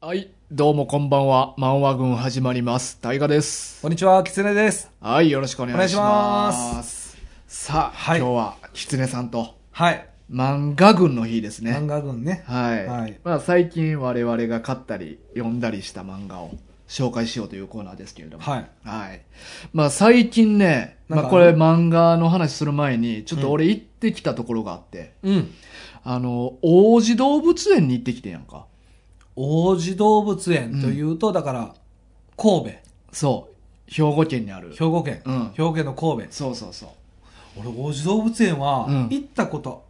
はい。どうもこんばんは。漫画軍始まります。大河です。こんにちは、キツネです。はい、よろしくお願いします。お願いしまさあ、はい今日は、きつねさんと、はい。漫画軍の日です漫ね。画軍ね。はい。はいまあ、最近我々が買ったり、読んだりした漫画を紹介しようというコーナーですけれども。はい。はい。まあ、最近ね、なまんあ、かあこるれ漫画の話する前に、ちょっと俺行ってきたところがあって、うん。あの、王子動物園に行ってきてんやんか。王子動物園というと、だから、神そう。兵庫県にある戸、。兵庫県、うん兵庫県の神戸。そうそうそう。俺、王子動物園は、うん行ったこと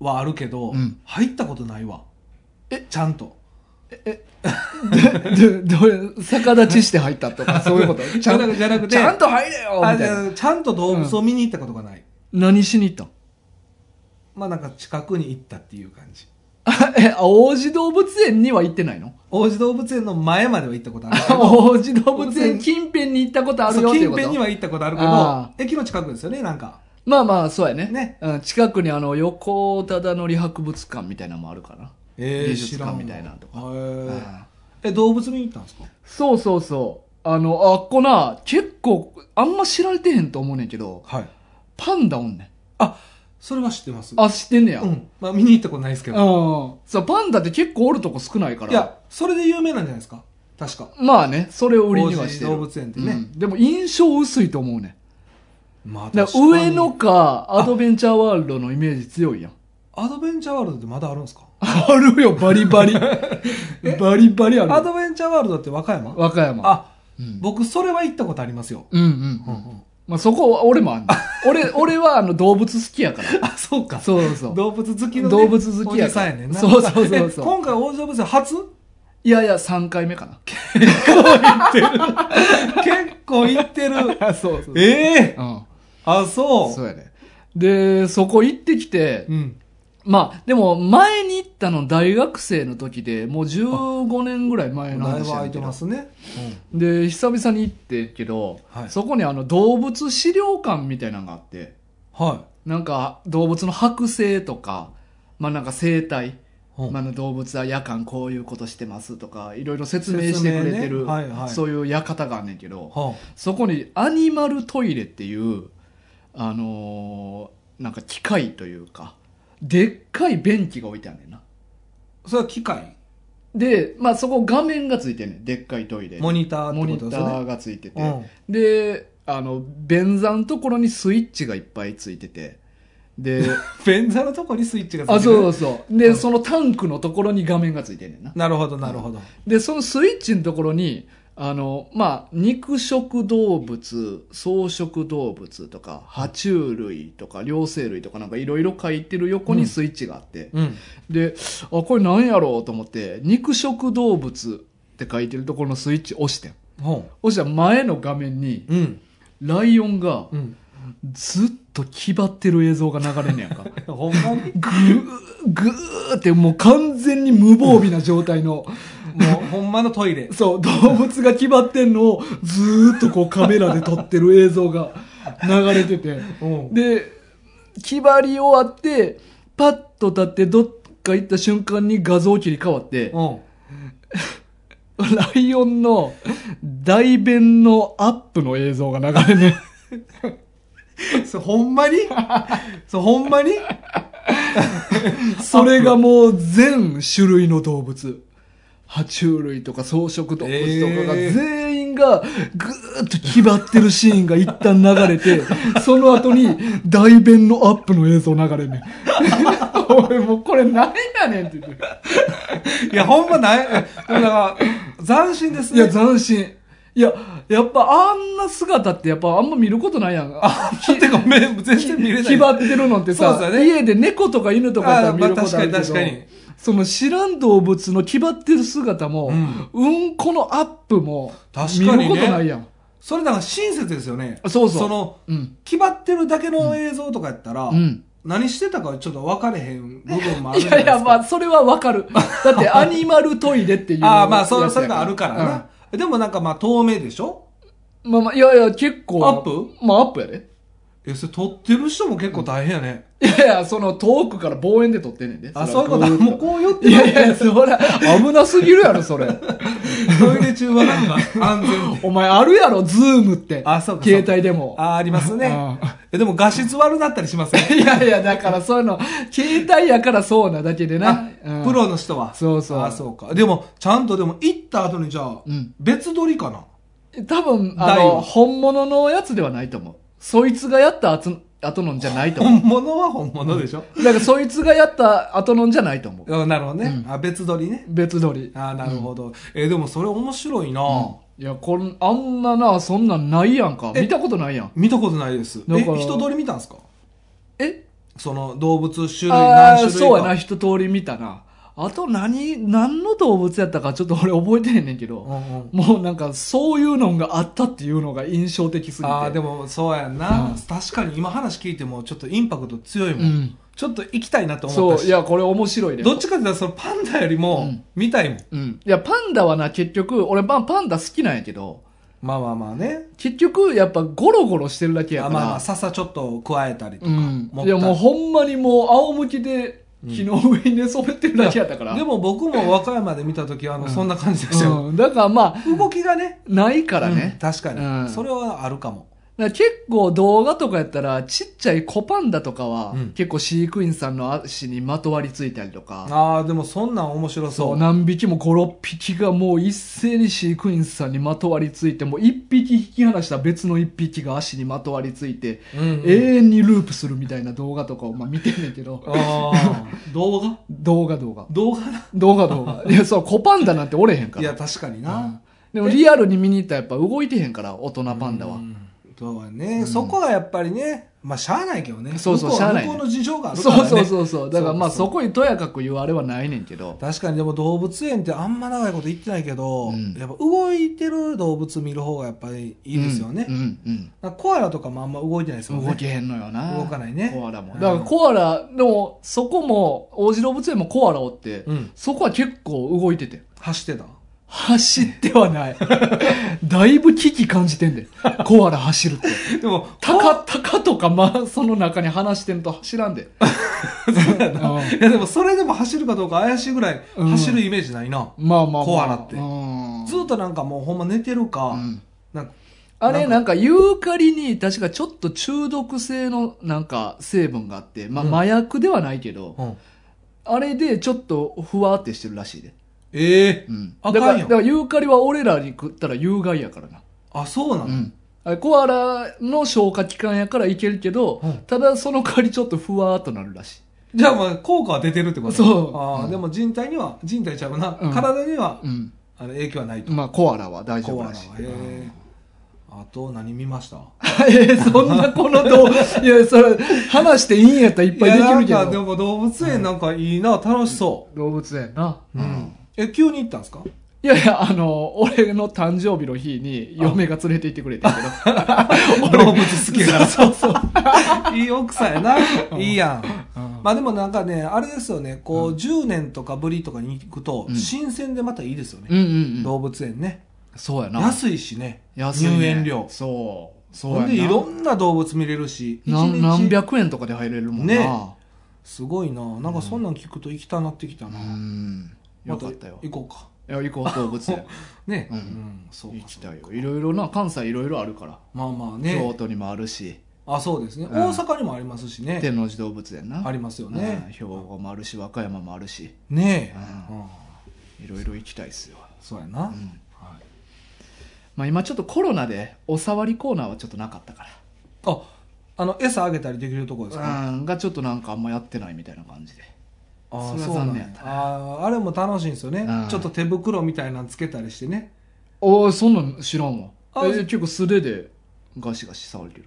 はあるけど、うん入ったことないわ。えちゃんと。ど、どれ、逆立ちして入ったと か、そういうこと。ちゃんじゃなくじゃなくてちゃんと入れよみたあいじな。ゃあちゃんと動物を見に行ったことがない。何しに行ったのまあなんか近くに行ったっていう感じ。あ え、王子動物園には行ってない の王子動物園の前までは行ったことあるけど。王子動物園近辺に行った ことあるよそうってい近うこ辺にとは行ったことあるあけど、駅の近くですよね、なんか。まあまあ、そうやね。ねうん、近くにあの、横田田の理博物館みたいなのもあるから。え美術館みたいなとかへうーんえ動物見に行ったんですかそうそうそう。あの、あっこな、結構、あんま知られてへんと思うねんけど、はいパンダおんねん。あそれは知ってますあ、知ってんねや。ううん。んまあ見に行ったことないですけどそう、パンダって結構おるとこ少ないから。いやそれで有名なんじゃないですか確かまあね、それを売りにはしてる。王子動物園ってねうんでも印象薄いと思うね。まあだから上野か、アドベンチャーワールドのイメージ強いやん。アドベンチャーワールドってまだあるんですかあるよ、バリバ リ。バリバリあアる。ドベンチャーワールドって和歌山和歌山。あうん、僕それは行ったことありますようんうんうん。まあそこは俺もあんねん俺、俺はあの動物好きやから。あそう かそうそうそう。動物好きのね動物好きやからおじさんやねんなそうそうそうそうえ今回王子動物園初いやいや、3回目かな。結構行っ てる そうそう。ええうん。あそうそうやね。で、そこ行ってきて、うんまあ、でも前に行ったの大学生の時で、もう15年ぐらいだ前いの話やねんぶけど空いてますねで久々に行ってんけど、はいそこにあの動物資料館みたいなのがあってはなんか動物の剥製とかまあなんか生態、いうんまあ、あの動物は夜間こういうことしてますとかいろいろ説明してくれてる、説明ねはいはいそういう館があんねんけどはそこにアニマルトイレっていうあのーなんか機械というかでっかい便器が置いてあんねんなあ、それは機械で、まあ、そこ画面がついてんねんでっかいトイレモニターモってニこタとですよーねがついてて、うんであの便座のところにスイッチがいっぱいついててで便座のとこにスイッチがついてる あそうそうで、うんそのタンクのところに画面がついてんねんななるほどなるほど、でそのスイッチのところにあのまあ肉食動物草食動物とか爬虫類とか両生類とかなんかいろいろ書いてる横にスイッチがあって、うん、であこれなんやろうと思って肉食動物って書いてるところのスイッチ押してんほ押したら前の画面にううんライオンが うんずっと気張ってる映像が流れんねやんか。 ほんまにぐー、ぐーってもう完全に無防備な状態の、もうほんまのトイレそう、動物が気張ってんのをずーっとこうカメラで撮ってる映像が流れてて。うんで、気張り終わって、パッと立ってどっか行った瞬間に画像切り替わって、うんライオンの大便のアップの映像が流れんねん。それほ んまにそれほんまにそれがもう全種類の動物。爬虫類とか草食動物とかがえー全員がぐーっと決まってるシーンが一旦流れて、 その後に大便のアップの映像流れ んねん。俺もうこれ何やねんって言って。いやほんまないでもだから斬新ですいねや、斬新。いや、やっぱあんな姿ってやっぱあんま見ることない やん。あ斬てかめ全然見れない気張ってるのってさ、そうですよね家で猫とか犬とかやったら見ることあるけど、あまあ確かに確かにその知らん動物の気張ってる姿も、ううんん、このアップも、確かにね見ることないやん。それなんか親切ですよねそうそう。そのうん。決まってるだけの映像とかやったら、うん。何してたかちょっと分かれへん部分もあるいじゃなやいいですや、かまあ、それはわかる。だ って、アニマルトイレっていう。ああ、まあ、そやう、つそやれがあるからな。。でもなんかまあ、透明でしょうんまあまあ、いやいや、結構。アップまあ、アップやで。え、それ撮ってる人も結構大変やね。いやいや、その遠くから望遠で撮ってんねんで。あ、そういうことれはもうぐーっこう寄っとているやいや、そら、危なすぎるやろ、それ。トイレ中はなんか安全って。お前あるやろ、ズームって。あそうか携帯でも。あ、ありますねうん。え、でも画質悪なったりしませ んいやいや、だからそういうの、携帯やからそうなだけでな。うんあプロの人は。そうそうあ、そうか。でも、ちゃんとでも行った後にじゃあうん、別撮りかな。多分、あ大の、悟本物のやつではないと思う。そいつがやった後後のんじゃないと本思物は本物でしょ。う。だからそいつがやった後のんじゃないと思う。あなるほどねう。あ、別撮りね。別撮り。あ、なるほど。え、でもそれ面白いなうんいや、こん、あんなな、そんなんないやんか。え見たことないやん。見たことないです。だえ、から人撮り見たんですかえその動物種類あ何種あ、類か。そうやな、一通り見たな。あと何、何の動物やったかちょっと俺覚えてへんねんけど、うんうんもうなんかそういうのがあったっていうのが印象的すぎて。ああでも、もそうやんうな、ん確かに今話聞いてもちょっとインパクト強いもん、うんちょっと行きたいなと思っそたう、しいや、これ面白いで。どっちかっていうとそのパンダよりうもん見たいもん、うん。いや、パンダはな、結局、俺、まあ、パンダ好きなんやけど、まあまあまあね結局、やっぱ、ゴロゴロしてるだけやあから。まあまあ笹ちょっと加えたりとうか、んも。っいたや、もう、ほんまにもう、仰向きで、木の上に寝そべってるだけやったから。でも僕も和歌山で見た時はあの、うんそんな感じでしたよ、うん。だから、まあ、動きがねないからうんね。確かに、うんそれはあるかもだから結構、動画とかやったら、ちっちゃい子パンダとかは、うん結構、飼育員さんの足にまとわりついたりとか。ああでもそんなん面白そそうう何匹も56匹がもう一斉に飼育員さんにまとわりついてもう1匹引き離したら別の1匹が足にまとわりついて、うんうん永遠にループするみたいな動画とかをまあ見てんねんけどああ 動画動画動画動画な動画動 画いやそう子パンダなんておれへんかいらや確かにうな、んでもリアルに見に行ったらやっぱ動いてへんから大人パンダは、うんそうやね、そこがやっぱりねまあしゃあないけどねそうそう向こしゃあない向こうの事情があるから、ね、そうそうそうそうだからまあそうそうそこにとやかく言うあれはないねんけど確かにでも動物園ってあんま長いこと行ってないけど、うんやっぱ動いてる動物見る方がやっぱりいいですよね、うんうんなんかコアラとかもあんま動いてないですうもんんね動けへんのよな動かないねコアラも。うんだからコアラ、でも、そこも、王子動物園もコアラおって、うんそこは結構動いてて。走ってた走ってはない。 だいぶ危機感じてんで。コアラ走る って。でもタカ、タカとか、まあ、その中に話してんと走ら んで。うん いやでもそれでも走るかどうか怪しいぐらいうん走るイメージないな、まあまあまあ。コアラってうんずっとなんかもうほんま寝てるか、うんなんかあれ、なんか、ユーカリに、確かちょっと中毒性の、なんか、成分があって、まあ、うん麻薬ではないけど、うんあれで、ちょっと、ふわーってしてるらしいで。ええうんあだかかんら、やだんからユーカリは俺らに食ったら有害やからな。あそうなの、あれコアラの消化器官やからいけるけど、うんただその代わりちょっとふわーっとなるらしい。じゃあまあ効果は出てるってことそうああ、うんでも人体には人体ちゃうな、うん体にはうん。あの影響はないと、まあコアラは大丈コ夫アラらしいは。へえあと何見ました えそんなこの動、 いや、それ、話していいんやったらいっぱいできるいやなんかけでど。も動物園なんかいいな、楽しそ動物園な。う、うんえ急に行ったんで すかいやいや、あの、俺の誕生日の日に嫁が連れて行ってくれてんけど。 動物好きや からそうそうそう。 いい奥さんやな。いいやん。うんまあでもなんかね、あれですよね、こう、10年とかぶりとかに行くと、うん新鮮でまたいいですようね。んうんうん。動物園ね。そうやな。安いしね。安いね入園料。そう。そうほやんな。で、いろんな動物見れるし、一何何日。百円とかで入れるもんな、ねすごいな。なんかそんなん聞くと行きたなってきたうな。んよまかったよ行こうか。いや行こう動物 園ね。うんうん、そう行か。きそうかたいよいろいろな関西いろいろあるから、まあまあ京ね。都にもあるしあ、そうですね。ん大阪にもありますしね。天王寺動物園なありますようんね。兵庫もあるし和歌山もあるしねえ。ううんいろいろ行きたいっすよ、そうやな。うはいんまあ、今ちょっとコロナでおさわりコーナーはちょっとなかったかあ、あの、餌あげたりできるとこですか。らうんがちょっとなんかあんまやってないみたいな感じでそああれはそうなん残念ややったあーあれも楽しいんですよね、うんちょっと手袋みたいなのつけたりしてねおおそんなん知らんわあえ結構素手でガシガシ触れる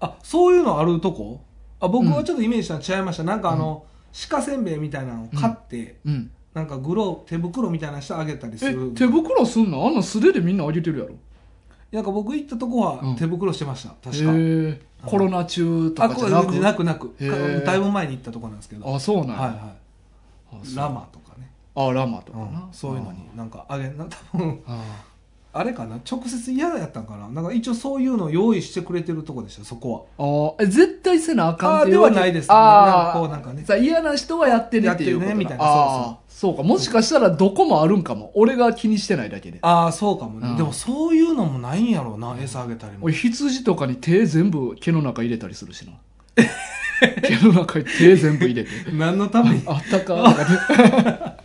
あそういうのあるとこあ僕うはんちょっとイメージしたの違いました、なんかあの鹿せんべいみたいなのを買って、うんなんかグロー手袋みたいなのしてあげたりすえる手袋すんのあんなん素手でみんなあげてるやろなんか僕行ったとこうんは手袋してました、確か、へえコロナ中とあかじこゃれなくなくなくへーだいぶ前に行ったとこなんですけどはあそうなんいやはあいそうラマとかね、あラマとかうな、 んそういうのになんかあげな多分ああれかな直接嫌やったんかななんか一応そういうのを用意してくれてるとこでしたそこあーえ絶対せなあかんっていうあーではないですねああなんかこうなんかねさ嫌な人はやってるっていうことやってるねみたいなあーそうかもしかしたらどこもあるんかも俺が気にしてないだけではああそうかもね、うんでもそういうのもないんやろうな餌あげたりも俺羊とかに手全部毛の中入れたりするしな毛の中に手全部入れて 何のためにあったかーとかね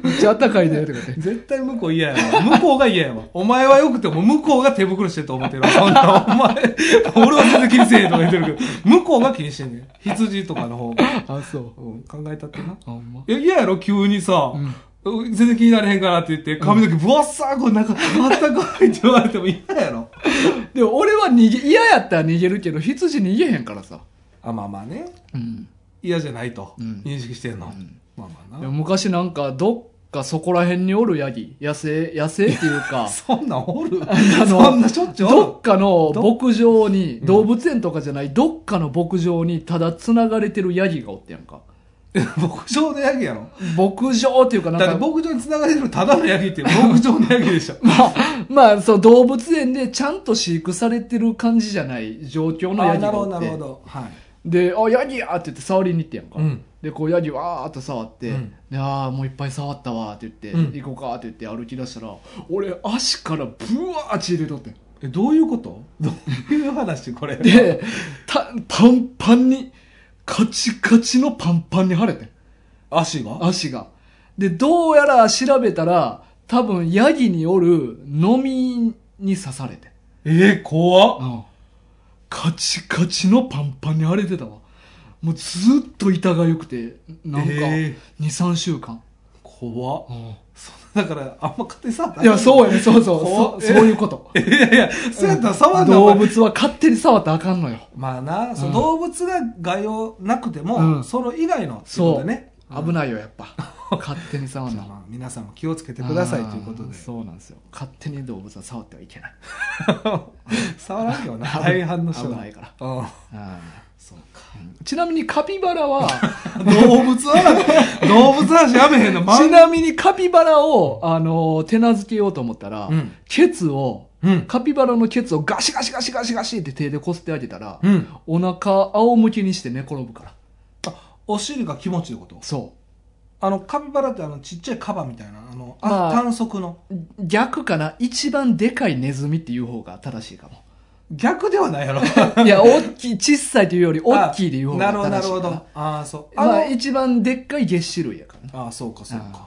めっちゃあったかいねとかね絶対向こう嫌やわ。向こうが嫌やわ。お前はよくても向こうが手袋してると思ってるわ。そんな、お前、俺は全然気にせえへんとか言ってるけど、向こうが気にしてんねん。羊とかの方が。あそううん、考えたってな。あほんまいや、嫌やろ、急にさ、うん全然気になれへんからって言って、髪の毛ぶわっさーこうなんか、あったかいって言われても嫌やろ。でも俺は逃げ嫌やったら逃げるけど羊逃げへんからさあ、まあまあね。うん嫌じゃないと、うん認識してんの。んまあまあでなも。昔なんかどっかそこら辺におるヤギ野生野生っていうかそんなんおるあのそんなしょっちゅうおどるっかの牧場にど動物園とかじゃないどっかの牧場にただ繋がれてるヤギがおってやんか 牧場のヤギやろ。牧場っていうかなんだってか牧場に繋がれてるただのヤギって牧場のヤギでしょ。 まあ、まあ、そう、動物園でちゃんと飼育されてる感じじゃない状況のヤギがおって。ど。はい。で、あ、ヤギやって言って触りに行ってやんか。うんで、こうヤギわーっと触って、うんで、あーもういっぱい触ったわーって言って、うん行こうかーって言って歩き出したら、俺足からブワー血出とってんえ、どういうことどういう話これ。で、た、パンパンに、カチカチのパンパンに腫れてん足が足が。で、どうやら調べたら、多分ヤギによるのみに刺されてん。えー、怖っ。うんカチカチのパンパンに腫れてたわもうずっと痛がゆくてなんかえー23週間、怖っ。うんそんな、だから、あんま勝手に触ったいやそうやねそうそう怖そっうそういうこと いやいや、そうやったら触んな、お動前物は勝手に触ったらあかんのよまあな、そうのん動物が害をなくても、うんその以外のっていうこそとう、でね。危ないよやっぱ勝手に触んじ ゃなあまあ皆さんも気をつけてくださいということあーで。そうなんですよ勝手に動物は触ってはいけない 触らんよな、大半の人危が。ないからうんあそうか。ーちなみにカピバラ は動物話、動物話やめへんの、ちなみにカピバラを、あのー手なずけようと思ったら、うんケツをうん。カピバラのケツをガシガシガシガシガシって手でこすってあげたら、うん。お腹仰向けにして寝転ぶから。お尻が気持ちいいことそあのカピバラってあのちっちゃいカバみたいなあの、あまあ短足のう。逆かな一番でかいネズミっていう方が正しいかも。逆ではないやろいや、大きい、小さいというより 大きいでいう方がなるほど正なるしいかほな。どああそうあまの、あ、一番でっかい月種類やからな。ああそうかそうか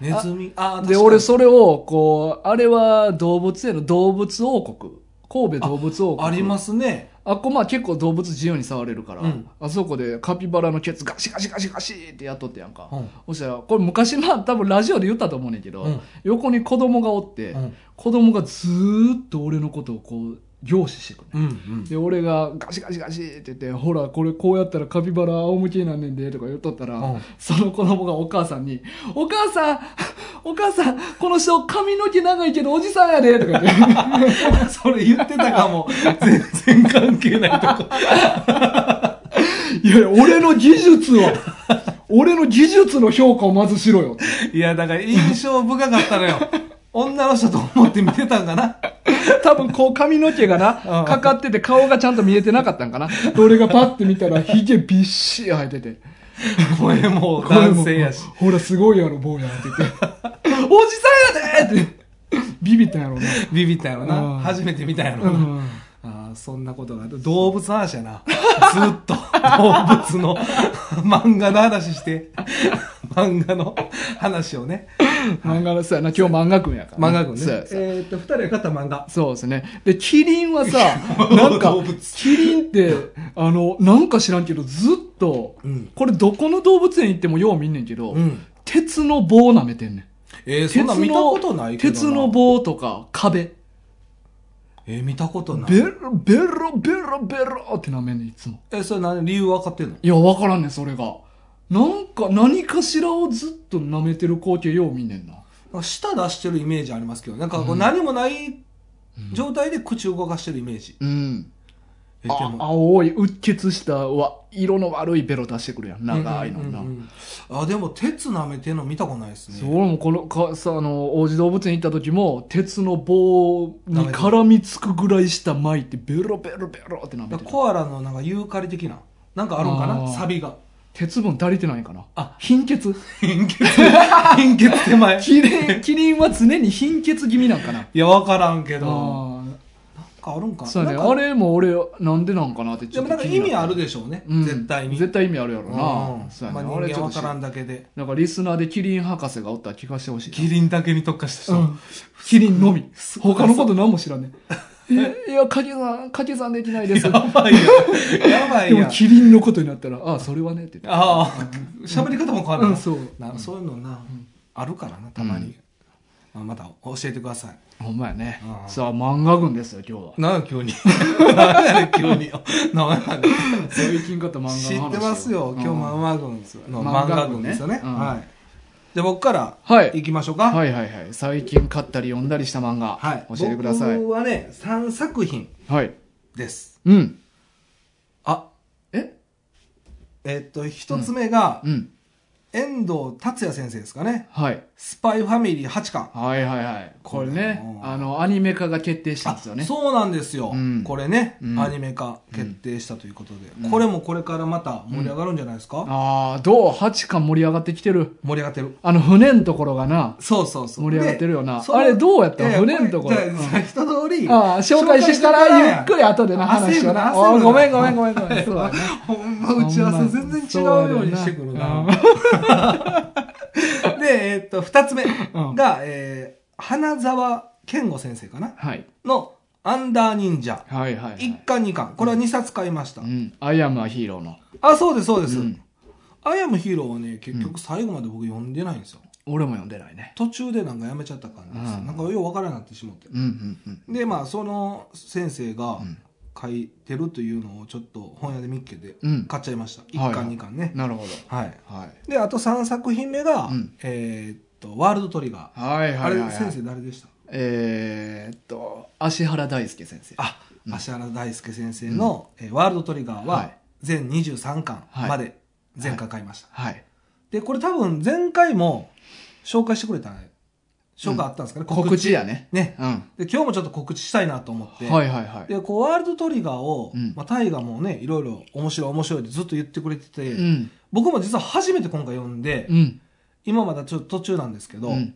ネズミああで、俺それを、こう、あれは動物園の動物王国。神戸動物王国。。ありますすねあっこまあ結構動物自由に触れるから、うんあそこでカピバラのケツガシガシガシガシってやっとってやんか。うんそしたら、これ昔な、多分ラジオで言ったと思うねんけど、うん横に子供がおって、うん子供がずーっと俺のことをこう、凝視してくる、うんうん で、俺がガシガシガシって言って、ほら、これこうやったらカピバラ仰向けになんねんで、とか言っとったら、うんその子供がお母さんに、お母さん、お母さん、この人髪の毛長いけどおじさんやで、とか言って。 それ言ってたかも全然関係ないとこ いやいや、俺の技術を、俺の技術の評価をまずしろよって。いやだから印象深かったのよ女の人と思って見てたんかな 多分こう髪の毛がな、うんかかってて顔がちゃんと見えてなかったんかな。で俺がパッて見たら、ヒゲびっしり生えてて。声も男性やしこれ もほら、すごいやろ、坊やって言って。 おじさんやでって。 ビビったんやろうな。ビビったんやろな、うん初めて見たんやろうな、ん。ああ、そんなことがある。動物の話やな。ず っと、動物の、 漫画の話して、 漫画の話をね。漫画の、そうやな、今日漫画君やから。漫画君そうねや。そうやえーっと、二人が買った漫画。そうですね。で、キリンは さ、なんか動物、キリンって、あの、なんか知らんけど、ずっと、うんこれどこの動物園行ってもよう見んねんけど、うん鉄の棒舐めてんねん。えー、そんなん見たことないけどな。鉄の。棒とか壁。えー、見たことない。ベロベロベロベロってなめんねんいつもえー、それ何理由分かってんのいやわからんねんそれがなんか何かしらをずっと舐めてる光景よう見んねんななんか舌出してるイメージありますけど、なんかこう何もない状態で口動かしてるイメージ。うんえであも青い、うっ血した、うわ、色の悪いベロ出してくるやん。長いのうんうんなう。んうんあでも鉄舐めてんの見たことないですそうね俺もこのかさあの王子動物園行った時も鉄の棒に絡みつくぐらいした巻いてベロベロベロってなめだてかたらコアラのなんかユーカリ的ななんかあるんかあなーサビが鉄分足りてないんかなあ貧血貧血 貧血 手前キリンキリンは常に貧血気味なんかないやわからんけどあなんかあるんかあそうやねなんかあれも俺なんでなんかなってちでょっもとなんか気に意味なあったるでしょうねうん絶対に絶対意味あるやろうな、んそうやねまああれ人ち間ょわっとからんだけでなんかリスナーでキリン博士がおったら聞かせてほしいなキリンだけに特化した人、 うんキリンのみ他のこと何も知らね ええいや掛け算掛け算できないですやばいやんやばいでやもんキリンのことになったら、ああ、それはねって言って。ああ喋り方も変わるな,、うんそうなそういうのな、あるからなたまに、まあ、また教えてくださいほんまやねあ。あさあ、漫画群ですよ、今日 は。なんや急になんやねん急になんやねん最近買った漫画の話知ってますよ今日うん漫画軍の漫画漫軍画軍ですよね、うんはいじゃあ僕からはい行きましょうかはいはいはい。最近買ったり読んだりした漫画。はい教えてください。僕はね3作品はい。ですうん。あええっと1つ目がうん。遠藤達也先生ですかねはい。 「スパイファミリー8巻はいはいはい。これね、うんあの、アニメ化が決定し」たんあですよね。そうなんですよ、うんこれね、うんアニメ化決定したということで、うんこれもこれからまた盛り上がるんじゃないですか、ああ、どう ?8 巻盛り上がってきてる。盛り上がってるあの、船のところがな、そうそうそう盛り上がってるよな。でそのあれどうやったいやいや船のところ。れうんじゃあ一通りああ、紹介してからゆっくり後でな話しような。焦るな焦るなああごめんごめんごめんご めん。そうだね。ほんま打ち合わせ全然違うようにしてくるな。で、えっと、二つ目うんが、えー、花沢健吾先生かなはい。の、アンダー忍者。はいはい、はい。一巻二巻。これは二冊買いましたう。ん。アイアムはヒーローの。あ、そうです、そうですうん。アイアムヒーローはね、結局最後まで僕読んでないんですよ。俺も読んでないね。途中でなんかやめちゃった感じです。うんなんかようわからなくなってしまって。うんうんうん。で、まあ、その先生がん書いてるというのをちょっと本屋で見っけてうん買っちゃいました。一はい巻二巻ね。なるほはい。ど。はい。であと3作品目が、うんえーっとワールドトリガー、はいはいはい、はい。あれ先生誰でしたえー、っと、芦原大輔先生。あ、芦原大輔先生の、えーワールドトリガー」ははい全23巻まで前回買いました、はい。でこれ多分前回も紹介してくれたね紹介あったんですかね、告知やね。ねうん。はで今日もちょっと告知したいなと思って、いはいはい。でこうワールドトリガーを、うんまあ、タイガもねいろいろ面白い面白いってずっと言ってくれてて、うん。僕も実は初めて今回読んで、うん。今まだちょっと途中なんですけど、うん。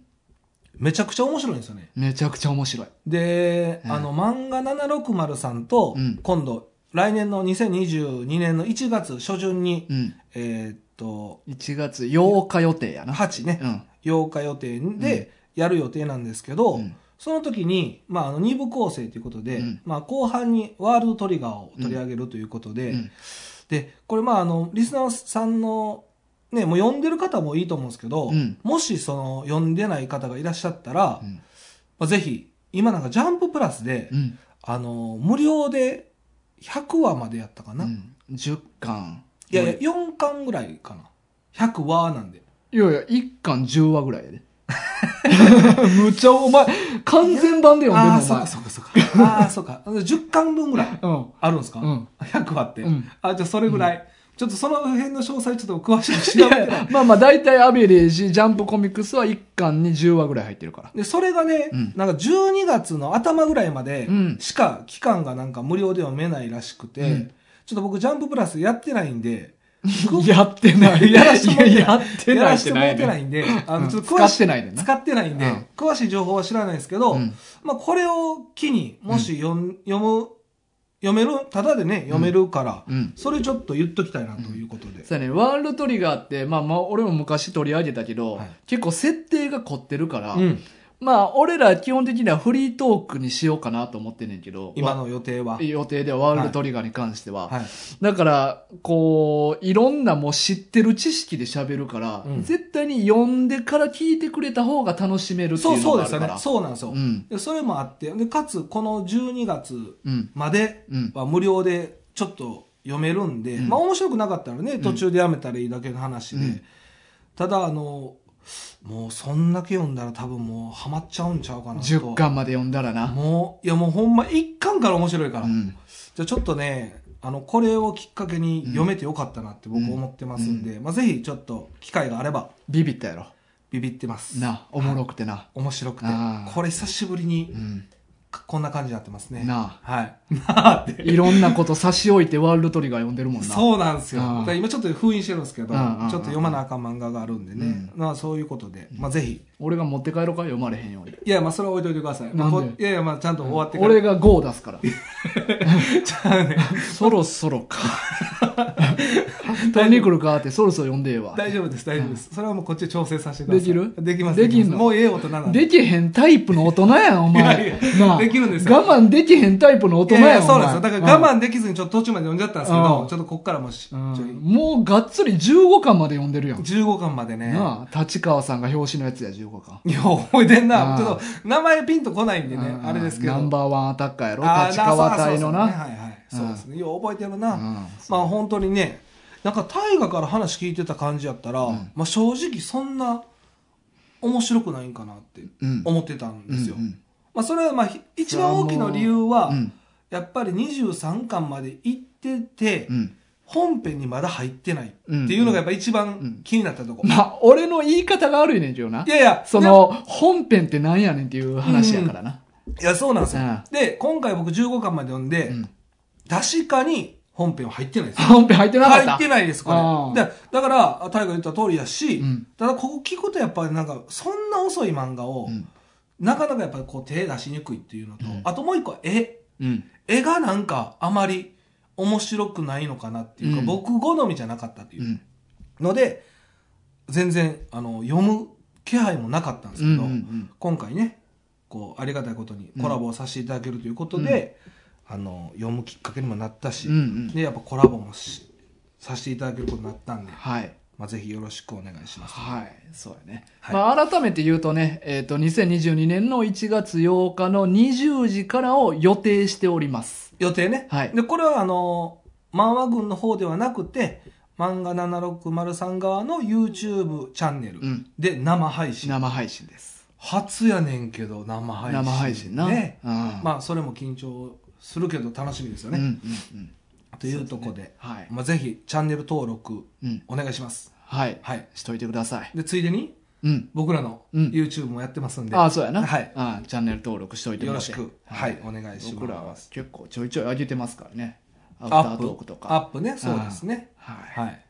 めちゃくちゃ面白いんですよねめちゃくちゃ面白い。で、うんあの漫画760さんと、うん今度来年の2022年の1月初旬に、うん。えーっと1月8日予定やな。 8ね、うん。 8日予定でやる予定なんですけど、うんその時に、まあ、あの2部構成ということで、うんまあ、後半にワールドトリガーを取り上げるということで、うんでこれまああのリスナーさんのねもう読んでる方もいいと思うんですけど、うんもしその読んでない方がいらっしゃったら、うんまあ、ぜひ今なんかジャンププラスで、うん。あの無料で100話までやったかな、ういん。10巻。やいや4巻ぐらいかな100話なんでいやいや、1巻10話ぐらいや で。むちゃ、お前、完全版で読んでんの、お前。ああそっかそっかそっかああそっか10巻分ぐらいあるんですか、うん。うん。 100話って、うんあじゃあそれぐらい、ちょっとその辺の詳細ちょっと詳しく調べてないまあまあ、大体アベレージ、ジャンプコミックスは1巻に10話ぐらい入ってるから。でそれがね、うんなんか12月の頭ぐらいまでうんしか期間がなんか無料で読めないらしくて、うんちょっと僕ジャンププラスやってないんでやってない。 やらしてもらっていややってやないらっしててもらなっいてね。ないんで、あのちょっと使詳っしてないねんな。使ってないんで、うん詳しい情報は知らないですけど、うんまあ、これを機にもし読,、読む読めるただでね読めるから、うん。それちょっと言っときたいなということで、そうやね、ワールドトリガーって、まあまあ、俺も昔取り上げたけど、はい結構設定が凝ってるから、うんまあ、俺ら基本的にはフリートークにしようかなと思ってんねんけど、今の予定は、予定ではワールドトリガーに関しては、はい、だから、こう、いろんなもう知ってる知識で喋るから、うん絶対に読んでから聞いてくれた方が楽しめるってそいううそのうがであするよかねら。うそうなんですよ、ん。でそれもあってでかつこの12月うん。までうん。は無料でちょっと読めるんで、うんまあ面白くなかったらね途中でやめたらいいだけの話で、うんただあのもうそんだけ読んだら多分もうハマっちゃうんちゃうかなと10巻まで読んだらな。もういやもうほんま1巻から面白いから、うん。じゃあちょっとねあのこれをきっかけに読めてよかったなって僕思ってますんで、まあ、ぜひちょっと機会があればビビったやろ。ビビってますな、おもろくてな。面白くてあーこれ久しぶりうにん。こんな感じになってますねなはいなあって いろんなこと差し置いてワールドトリガー読んでるもんな。そうなんですよ。うんだから今ちょっと封印してるんですけど、うちんうんうんうょっんと読まなあかん漫画があるんでね。まあそういうことで、まあぜひ。俺が持って帰ろうか読まれへんように。いや、まあそれは置いといてください。まあなんでこいやいや、まあちゃんと終わってから。俺が5を出すから。 じゃあね、 そろそろ か。取りに来るかって、そろそろ読んでええわ。大丈夫です、大丈夫です。それはもうこっちで調整させてください。できるできます。できんのきますもうええ大人なんで。できへんタイプの大人やん、おいや前。いやなあできるんですよ我慢できへんタイプの大人いやいややん、そうなんですよ。だから慢。我慢できずにちょっと途中まで読んじゃったんですけうど、んちょっとこっからもし、ちうょんいもうがっつり15巻まで読んでるやん。 15巻までね。なあ、立川さんが表紙のやつや、15巻。いや、覚えてんな。あーちょっと、名前ピンとこないんでね、あれですけど。ナンバーワンアタッカーやろあー立川隊のそうそうな。そうねはいはい。そうですね。よう覚えてるうな。んまあ本当にね、なんか大河から話聞いてた感じやったら、うんまあ正直そんな面白くないんかなってうん思ってたんですよ。うんうんまあそれはまあひ一番大きな理由は、うんやっぱり23巻まで行ってて、うん本編にまだ入ってないっていうのがやっぱ一番気になったとこ。まあ、俺の言い方が悪いねんけどな。いやいや、その、本編ってなんやねんっていう話やからな。いや、そうなんですようん。で、今回僕15巻まで読んで、うん確かに本編は入ってないですよ。本編入ってなかった。入ってないです、これああ。だだから、タイが言った通りやし、うんただここ聞くとやっぱりなんか、そんな遅い漫画を、うんなかなかやっぱりこう手出しにくいっていうのと、うんあともう一個は絵。うん。絵がなんかあまり面白くないのかなっていうか、うん。僕好みじゃなかったっていううんので、全然、あの、読む気配もなかったんですうけんど、うん今回ねこうありがたいことにコラボをさせていただけるということで、あの読むきっかけにもなったし、うんうん。でやっぱコラボもしさせていただけることになったんで、はい。まあ、ぜひよろしくお願いします。はい。そうやね。はいまあ、改めて言うとね、えっ、と、2022年の1月8日の20時からを予定しております。予定ね、はいでこれはあの漫画群の方ではなくて漫画7603側の YouTube チャンネルうんで生配信、生配信です。初やねんけど生配信生配信な。ねうん。まあそれも緊張するけど楽しみですようんうね、んうん。というとこではい。まあ、ぜひチャンネル登録うん。お願いします。はい。はい。しといてください。で、ついでにうん。僕らのうん YouTube もやってますんで、ああ、そうやな。はいああチャンネル登録しといてよもらろってしく、はい、お願いします。僕らは結構ちょいちょい上げてますからね。アアウタッープトークとアか。ップね、そうですね。はい。はい。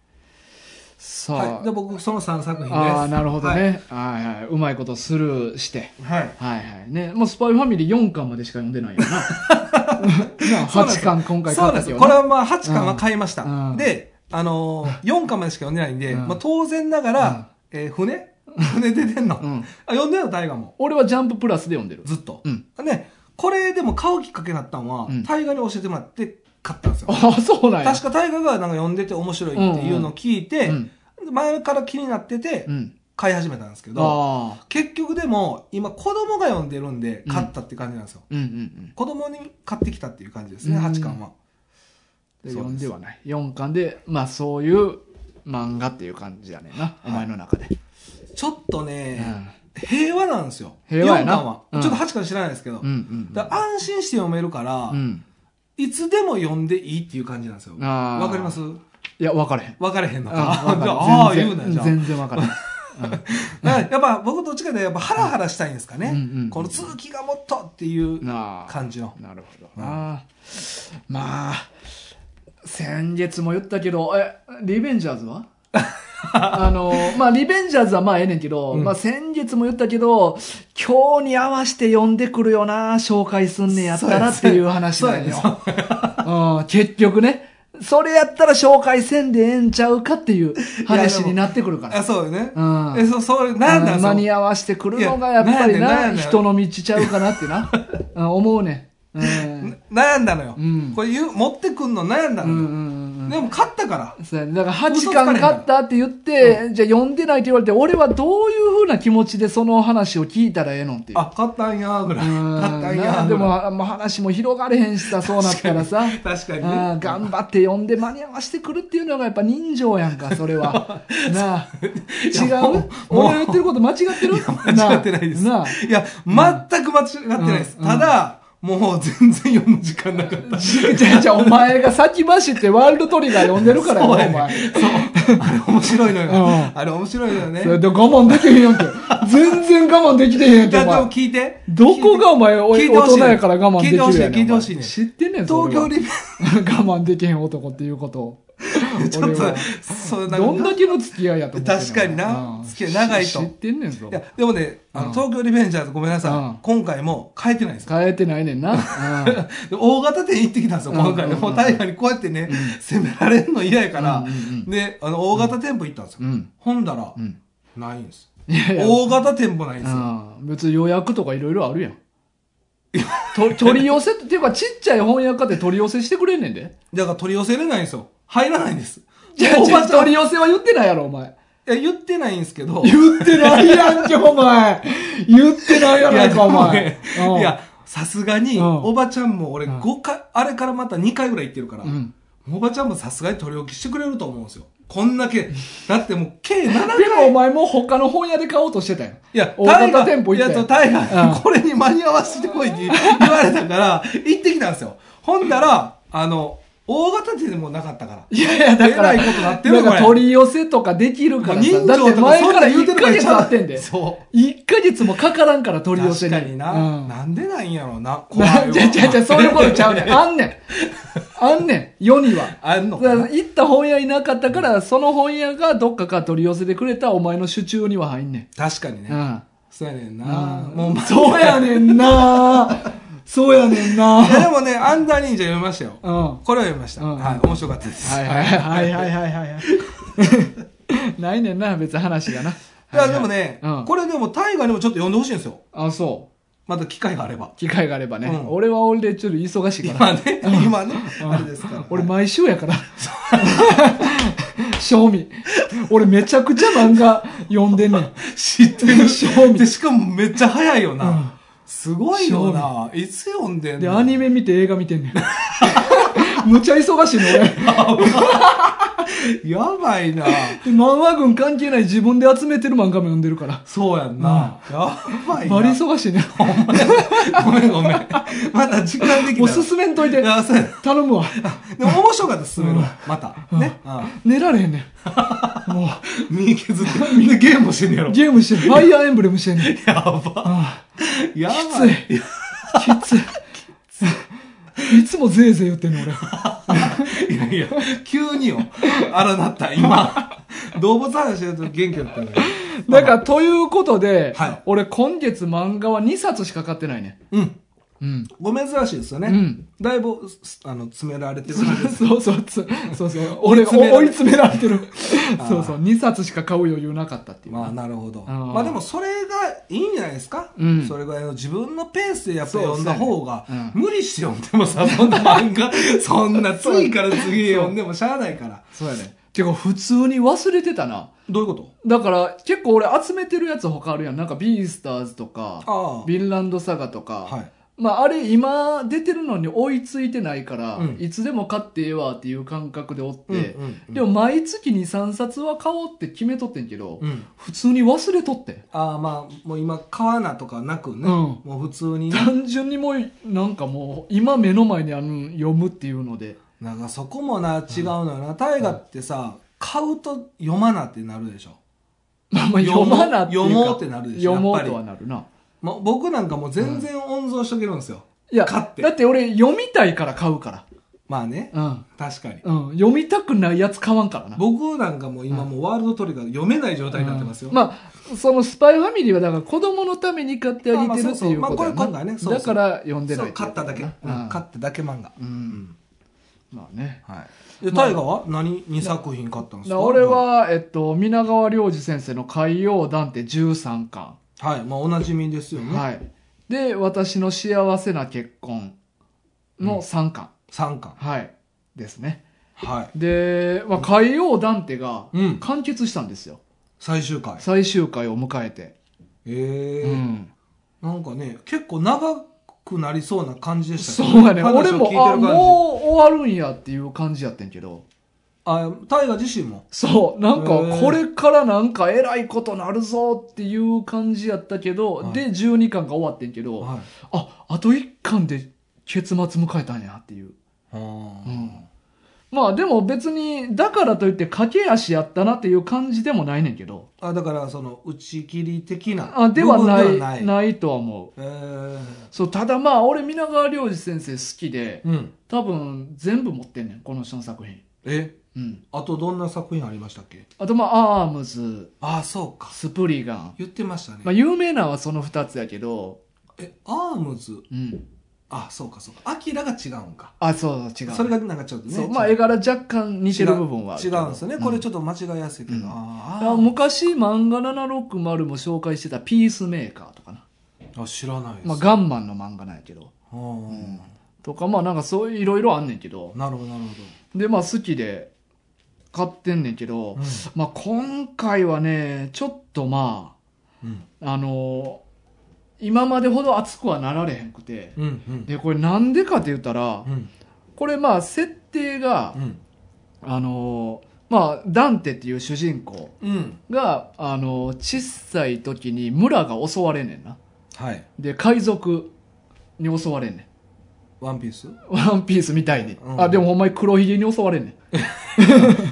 さあ、はい。で、僕、その3作品です。ああ、なるほどね。はいはい。うまいことスルーして。はい。はい。はいはい。ね、もうスパイファミリー4巻までしか読んでないよ な。なそうなんです8巻今回そ買ったうなんですけよ。どこれな。はまあ、8巻は買いました。うんうんで、あのー、4巻までしか読んでないんで、うんまあ、当然ながら、えー船船出てんの、うあ、ん。読んでんの、大河も。俺はジャンププラスで読んでる。ずっとう。ん。ね、これでも買うきっかけになったのはうん、大河に教えてもらって買ったんですよ。ああ、そうなんや。確か大河がなんか読んでて面白いっていうのを聞いて、うん。前から気になっててうん。買い始めたんですけど、ああ。結局でも今子供が読んでるんで買ったって感じなんですよ。うんうんうん。子供に買ってきたっていう感じですね、うん八巻は。でそう読でんすではない。4巻で、まあそういう漫画っていう感じやねんな。お前の中で。ちょっとうん。ね、う平和なんですよ。平和やな四巻は。うんちょっと八巻知らないですけど。んうん。だから安心して読めるから、うん。いつでも読んでいいっていう感じなんですよ。あーわかりますいや、分かれへん。わかれへんのか。あ じゃあ、ああー、言うな、全じゃ然あ。全然分からへん。だからやっぱ僕どっちかというとやっぱハラハラしたいんですかね、うんうんうんこの続きがもっとっていう なあ。感じのなるほどな。まあ、先月も言ったけど、え、リベンジャーズ はあの、まあ、リベンジャーズはまあええねんけど、うんまあ先月も言ったけど、今日に合わせて呼んでくるよな、紹介すんねやったらっていう話なんよ。そうやねうん、結局ね、それやったら紹介せんでええんちゃうかっていう話になってくるかあら。そうよね、うんえそそれなんだあのそ間にう合わせてくるのがやっぱいりやなんやねな、ん人の道ちゃうかなって な、うん思うねん。うん悩んだのよ、うんこれ言う持ってくんの悩んだうんのうんうよ、んうんでも勝ったから。そうやねだから8巻買ったって言って、じゃあ読んでないって言われて、俺はどういうふうな気持ちでその話を聞いたらええのっていう。あ、勝ったんやーぐらい。う勝ったんやんーでぐらも、い。もう話も広がれへんしさ、そうなったらさ。確かにあねあ。頑張って読んで間に合わしてくるっていうのがやっぱ人情やんか、それ は。なあ。違もうう俺が言ってること間違ってる間違ってないです。いなあ。なや、全く間違ってないです。うんただ、もう全然読む時間なかった。あじゃあじゃあお前が先走ってワールドトリガー読んでるからよ、そおうやね前。そう。あれ面白いのよ。うんあれ面白いのよねそ。れで我慢できへんやんけ。全然我慢できてへんやんけ、だおでも前。聞いて。どこがお前、お聞いいて大ほしい人やから我慢できるやん聞いてほしい聞いてほしいおね前知ってんねん、そ東れは京リベン我慢できへん男っていうことを。ジ ちょっ俺はと、そう、なんかどんだけの付き合いやと思ってんの確かになうん付き合い長いと知知ってんねんぞい。や、でもね、あうの、ん東京リベンジャーズごめんなうさんい。今回も変えてないんですよ。変えてないねんな。うんで大型店行ってきたんですよ、うん今回ね。うんもう大河にこうやってね、攻められるの嫌やからうんうんうん。で、あの、大型店舗行ったんです うよ。ん。ほんだらう、ん。ないんです。いやいや、大型店舗ないんですよ。うん。別に予約とかいろいろあるやん。と取り寄せっていうか、ちっちゃい本屋家で取り寄せしてくれんねんで。だから取り寄せれないんですよ。入らないんです。じゃあ、おばちゃん取り寄せは言ってないやろ、お前。いや、言ってないんですけど。言ってないやんけ、お前。言ってないやないか、お前で。もねいや、さすがに、うんおばちゃんも俺うん5回、あれからまた2回ぐらい行ってるからう、ん。おばちゃんもさすがに取り置きしてくれると思うんですよ。こんだけ。だってもう、計7うん回。でもお前もう他の本屋で買おうとしてたよ。いや、大型タイガー店舗行ったいよや、そうタイガーうんこれに間に合わせてこいって言われたから、行ってきたんですよ。ほんなら、あの、大型店でもなかったから。いやいや、だから、えらいことなってるよなんかこれ取り寄せとかできるから人さ。だ情ってとか前そんかなら言うて1るかヶらち月ゃ経うってんで。そう。 1ヶ月もかからんから取り寄せ確に。かにな、うんなんでなんやろう な。怖いわじゃじゃじゃそういうことちゃうねん。 あんねん。あんねん。世には。あんのだかかなら行った本屋いなかったから、その本屋がどっかから取り寄せてくれたお前の手中には入んね確かにね、ん。うん。そうやねんな、うんもうまそうやねんなそうやねんない やでもねアンダー忍者読みましたよ、うん。はこれは読みました、うんはい面白かったでいす、はいはいはいはいはい はい。ないねんな、別に話がな。いやでもね、うんこれでも大河にもちょっと読んでほしいんですよあ、そう。また機会があれ ば機会があればね、うん俺は俺でちょっと忙しいから、今ね今ね、あれですから俺毎週や から賞味俺めちゃくちゃ漫画読んでんねん知って る賞で味しかもめっちゃ早いよな、うんすごいよないつ読んでんのでアニメ見て映画見てんねん むちゃ忙しいの俺で やばいな漫画軍関係ない自分で集めてる漫画も読んでるからそうやんな、やばいなバリ忙しいねんごめんごめんまた時間できたもうら進めんといていやそうやな頼むわでも面白かったです、進めろまた。ね。寝られへんねんも身削って、みんなゲームもしてんねやろ う。ゲームしてるファイアーエンブレムしてんねんやば。あやばあきついきついいつもぜいぜい言ってんねん俺いやいや、急によ。あらなっ た、今。動物話してると元気だったのに。だから、ということで、はい俺今月漫画は2冊しか買ってないね。うん。うん。ご珍しいですよね。うんだいぶ、すあの、詰められてる感じです。そうそうつ、そうそう。俺が追い詰められる追い詰められてる。あーそうそう。2冊しか買う余裕なかったっていう。まあ、なるほど。あーまあでも、それがいいんじゃないですか。うんそれぐらいの自分のペースでやっぱそう読んだ方がそうやね、う無理して読んでもさ、そんな漫 画、そんな次から次へ読んでもしゃあないから。そうやね。てか、普通に忘れてたな。どういうことだから、結構俺集めてるやつ他あるやん。なんか、ビースターズとか、あヴィンランドサガとか。あ。はい。まあ、あれ今出てるのに追いついてないから、うんいつでも買ってええわっていう感覚でおって、うんうんうんでも毎月2、3冊は買おうって決めとってんけど、うん普通に忘れとって。ああまあもう今買わなとかなくね、んもう普通 にね単純にもう、なんかもう、今目の前にある読むっていうので。なんかそこもな違うのよな大河ってさ買うと読まなってなるでしょ、まあまあ読読もうまなっていうか。読もうってなるでしょ読もうやっぱりとはなるな。まあ、僕なんかもう全然温存しとけるんですよ、いや、買ってだって俺読みたいから買うかまあねら。うん。確かにうん。読みたくないやつ買わんからな。僕なんかもう今もうワールドトリガー読めない状態になってますよ、うんまあ、そのスパイファミリーはだから子供のために買ってあげてるっていうまあまことやあそうそうまあこれ今回ねな。そうそうだから読んでなそいう買っただけ、ううんん。買っただけ漫画、うん。まあね。はいで大河は何2作品買ったんですだか俺は、えっと、皆川良二先生の海洋団って13巻。はいまあおなじみですよね、はい。で、私の幸せな結婚の3巻。 3巻はい。ですね。はい。で、まあ、海洋ダンテがうん完結したんですよ。最終回。最終回を迎えて。ええうん。なんかね、結構長くなりそうな感じでしたそうやね。話俺を聞いもて、るあ、感じもう終わるんやっていう感じやってんけど。あ、大河自身も。そう、なんへか、ーこれからなんか偉いことなるぞっていう感じやったけど、はいで、12巻が終わってんけど、はい。あ、あと1巻で結末迎えたんやっていう。うんまあでも別に、だからといって駆け足やったなっていう感じでもないねんけど、あ、だから、その、打ち切り的な。あではない、部分ではなないい。とは思う。えーそう、ただまあ俺、皆川良二先生好きで、うん。多分全部持ってんねん、この人の作品。え、うん。あとどんな作品ありましたっけあとまあ、アームズ、ああ、そうか。スプリガン。言ってましたね。まあ有名なのはその2つやけど、え、アームズ。うん。あ、そうか、そうか。アキラが違うんか。あ、そうそう、違う。それがなんかちょっとね。そう、まあ絵柄若干似てる部分はあるけ違ど。うんですよね。これちょっょっと間違いやすいけど。うんあとー昔漫画760も紹介してたピースメーカーとかな。あ知らないです。まあガンマンの漫画なんやけど。あーとか、まあなんかそういういろいろあんねんけど。なるほど、なるで、まあ好きで買ってんねんけど、ほど。まあ今回はね、ちょっとまうん。あ、あのー今までほど熱くはなられへんくて。うん。うん。で、これなんでかって言ったらう、ん。これまあ設定がう、ん。あのーまあダンテっていう主人公。うん。が、あの、小さい時に村が襲われんねんな。はい。で、海賊に襲われんねワンピースん。ワンピースみたいに。うんあ、でもほんまに黒ひげに襲われんねん。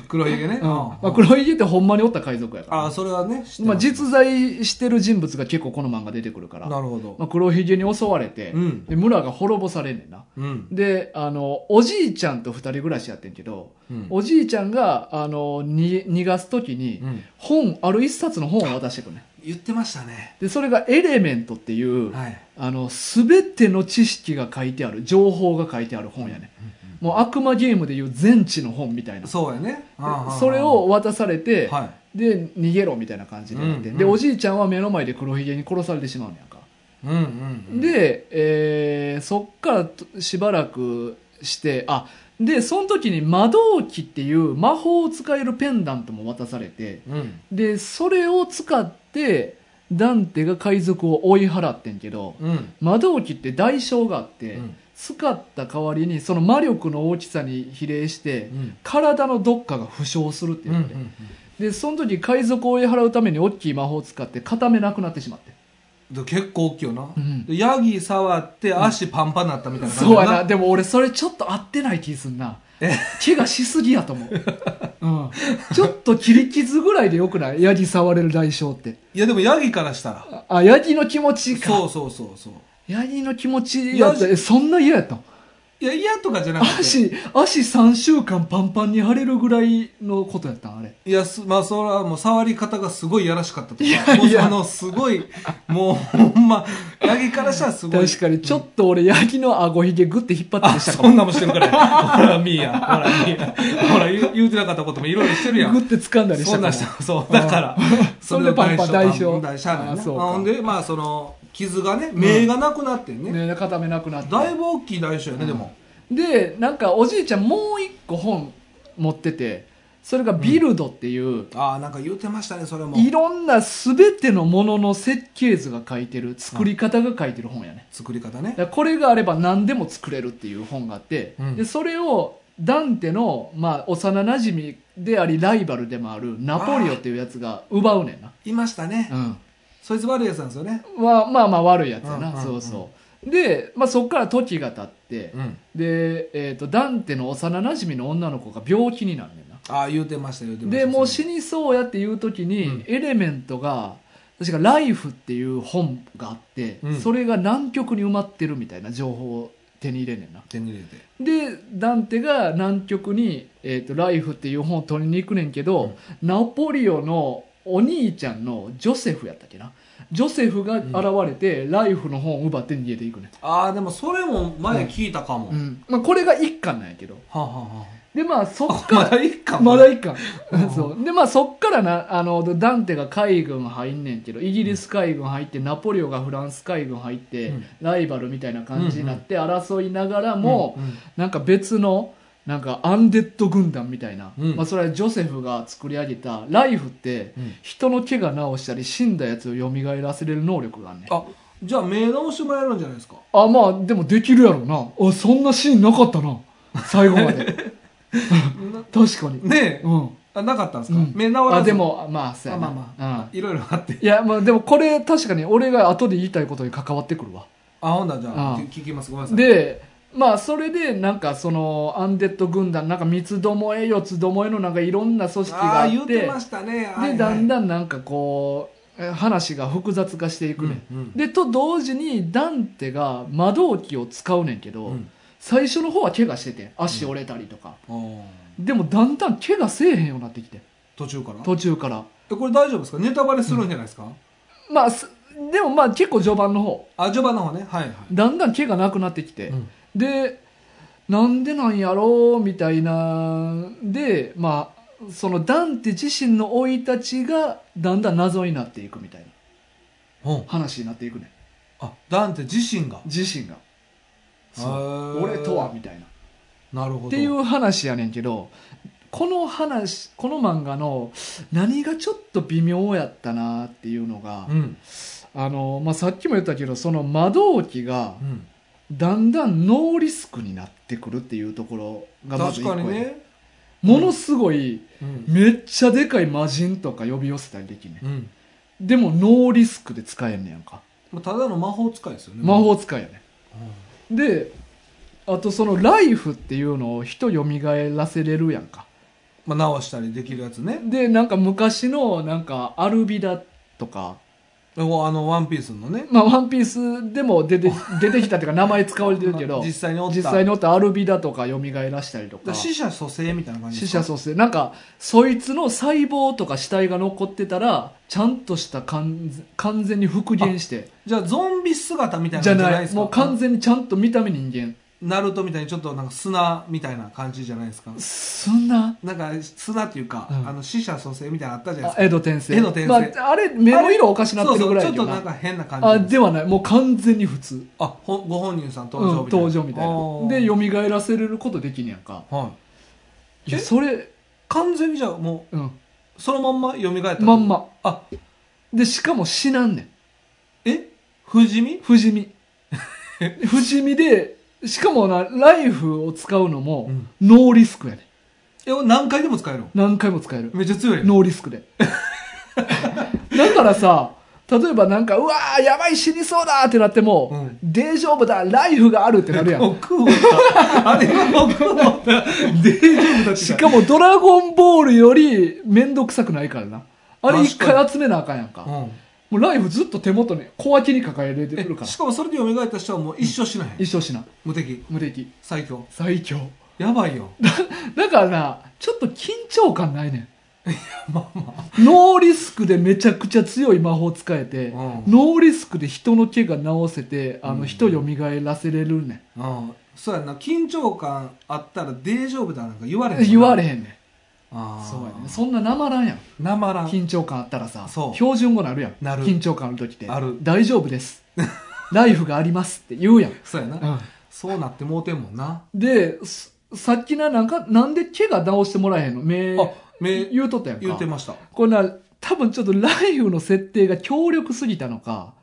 黒ひげね。まあ、黒ひげってほんまにおった海賊やから。あ、それはね、知ってまあ、ます実在してる人物が結構この漫画出てくるから。まなるほど。あ、黒ひげに襲われて、うん。で村が滅ぼされんねんな。うん。で、あの、おじいちゃんと二人暮らしやってんけど、うん。おじいちゃんが、あの、に逃がす時に、うん本、ある一冊の本を渡してくんねん。言ってましたね。で、それがエレメントっていう、はい。あの、すべての知識が書いてある、情報が書いてある本やね。もう悪魔ゲームでいう全知の本みたいな。そうやね。あーそれ、を渡されて、はで、逃げろみたいな感じでなって、うんで、うんおじいちゃんは目の前で黒ひげに殺されてしまうんやんか。い。うんうん。、で、えーそっからとしばらくして、あ、で、その時に魔導器っていう魔法を使えるペンダントも渡されて、うん。で、それを使って、ダンテが海賊を追い払ってんけど、うん。魔導器って代償があって、うん使った代わりにその魔力の大きさに比例して、うん。体のどっかが負傷するっていううんので、でその時海賊を追い払うために大きい魔法を使って固めなくなってしまって、で結構大きいよなうん。でヤギ触って足パンパンになったみたいな感そじうやな。でも俺それちょっと合ってない気すんなえ怪我しすぎやと 思う、うん、ちょっと切り傷ぐらいでよくないヤギ触れる代償っていやでもヤギからしたら。ああヤギの気持ちかそうそうそうそう。ヤギの気持ちやったえそんな嫌やったんいや、嫌とかじゃなくて。足、足3週間パンパンに腫れるぐらいのことやったんあれ。いや、すまあ、それはもう触り方がすごいやらしかったとか、いやもういやあの、すごい、もうほんま、ヤギからしたらすごい。確かに、ちょっと俺、ヤギの顎ひげグッて引っ張ってあ、ましたそかんなんもしてるから。ほら、ミーや。ほら、ミーや。ほら、言う言うてなかったこともいろいろしてるやら。んグ。ッて掴んだりしそたかんなんら。した そう、だから。それでパンパン代償代償しゃあないあなそうかほんで、まあ、その、傷がね、目がなくなってね。ね、固めなくなって。だいぶ大きい代償やね、でも。で、なんかおじいちゃんもう一個本持ってて、それがビルドっていう、ああ、なんか言うてましたね、それも。いろんな全てのものの設計図が書いてる、作り方が書いてる本やね。作り方ね。だからこれがあれば何でも作れるっていう本があって、うんでそれをダンテの、まあ、幼なじみでありライバルでもあるナポリオっていうやつが奪うねんな、いましたね。そいつ悪いやつなんですよね。うん、はまあまあ悪いやつやな、うんうんうんそうそうで、まあ、そっから時が経って、うん。で、えー、とダンテの幼なじみの女の子が病気になるねんなああ、言うてました、言うてました。でもうそ死にそうやっていう時に、うんエレメントが確か「ライフっていう本があって、うんそれが南極に埋のまってるみたいな情報を手に入れんねんなれ手に入れて。でダンテが南極に「えー、とライフ」っていう本を取りに行くねんけど、ナポリオのお兄ちゃんのジョセフやったっけなジョセフが現れて、ライフの本を奪って逃げていくねああ、でもそれも前聞いたかも。ん、まあ、これが一巻なんやけどはあ、はあはでまあそっあ、まかだ一ら巻まだ一巻うん そうでまあそっからなあのダンテが海軍入んねんけどイギリス海軍入ってナポリオがフランス海軍入って、うんライバルみたいな感じになって争いながらも、うんうんなんか別のなんかアンデッド軍団みたいな、うんまあ、それはジョセフが作り上げたライフってうん人の怪我治したり死んだやつを蘇らせれる能力があんねんあじゃあ目直してもらえるんじゃないですかあまあでもできるやろなあそんなシーンなかったな最後まで 確かにねえうんあなかったんですうか、ん目直らずあでもまあそうやなあまあうんいろいろあっていやまあでもこれ確かに俺が後で言いたいことに関わってくるわあほんならじゃああき聞きますごめんなさいでまあそれでなんかそのアンデッド軍団なんか三つどもえ四つどもえのなんかいろんな組織があああって言ってましたねはいはいでだんだんなんかこうえ話が複雑化していくね、うんうんでと同時にダンテが魔導器を使うねんけど、うん最初の方は怪我してて足折れたりとか、あーでもだんだん怪我せえへんようになってきて途中から途中からえこれ大丈夫ですかネタバレするんじゃないですか、まあすでもまあ結構序盤の方あ序盤の方ねはいはいだんだん怪我なくなってきて、うんでなんでなんやろうみたいなんでまあそのダンテ自身の生い立ちがだんだん謎になっていくみたいなうん話になっていくねあダンテ自身が自身がそうへー俺とはみたいななるほどっていう話やねんけどこの話この漫画の何がちょっと微妙やったなっていうのが、うんあのまあ、さっきも言ったけどその魔導機がうんだんだんノーリスクになってくるっていうところがまず確一個かやにねものすごいうん、めっちゃでかい魔人とか呼び寄せたりできんねうんんでもノーリスクで使えんねやんかまあ、ただの魔法使いですよね魔法使いやねんであとそのライフっていうのを人蘇らせれるやんかまあ、直したりできるやつねでなんか昔のなんかアルビダとかおあのワンピースのねまあワンピースでも出て出てきたっていうか名前使われてるけ ど実際におった実際におったアルビダとか蘇らしたりとだかから死者蘇生みたいな感じ死です者蘇か生なんかそいつの細胞とか死体が残ってたらちゃんとした完完全に復元してじゃあゾンビ姿みたいなじゃ感じじなゃいないですかもう完全にちゃんと見た目人間ナルトみたいにちょっとなんか砂みたいな感じじゃないですかそんななんか砂っていうか、うんあの死者蘇生みたいなのあったじゃないあですかエド転生エド転生まあ、あれ目の色おかしなってるぐらいそやうけそうどちょっとなんなか変な感じあなんですではないもう完全に普通あほご本人さん登場うんみたいな、登場みたいなでよ、蘇らせれることできんねやんかはいいやえそれ、完全にじゃあもうん、うそのまんま蘇ったまんまあでしかも死なんねんえ不死身不死身 不死身でしかもなライフを使うのも、うんノーリスクやねえ何回でも使えるの何回も使えるめっちゃ強いノーリス クでだからさ例えばなんかうわーやばい死にそうだってなっても、大丈夫だライフがあるってなるや ん奥をあれは奥を 大丈夫だってしかも「ドラゴンボール」より面倒くさくないからなあれ一確か回集めなあかんやんかも、もうライフずっと手元に小脇に抱えれてえるからしかもそれで蘇った人はもう一生死なへん、一生しな無敵無敵最強最強やば いよだからなちょっと緊張感ないねんまあまあノーリスクでめちゃくちゃ強い魔法使えて、うんノーリスクで人の怪我治せてあうんの人蘇らせれるね、うん、そうやな緊張感あったら大丈夫だなんか言われんへ ん言われへんへんねんあそうやねそんななまらんやんなまらん緊張感あったらさそう標準語なるやんなる緊張感ある時ってある大丈夫ですライフがありますって言うやん、そうやな、そうなってもうてんもんなですさっきななんかなんで怪我治してもらえへんの目あ目言うとったやんか言ってましたこれな、多分ちょっとライフの設定が強力すぎたのか、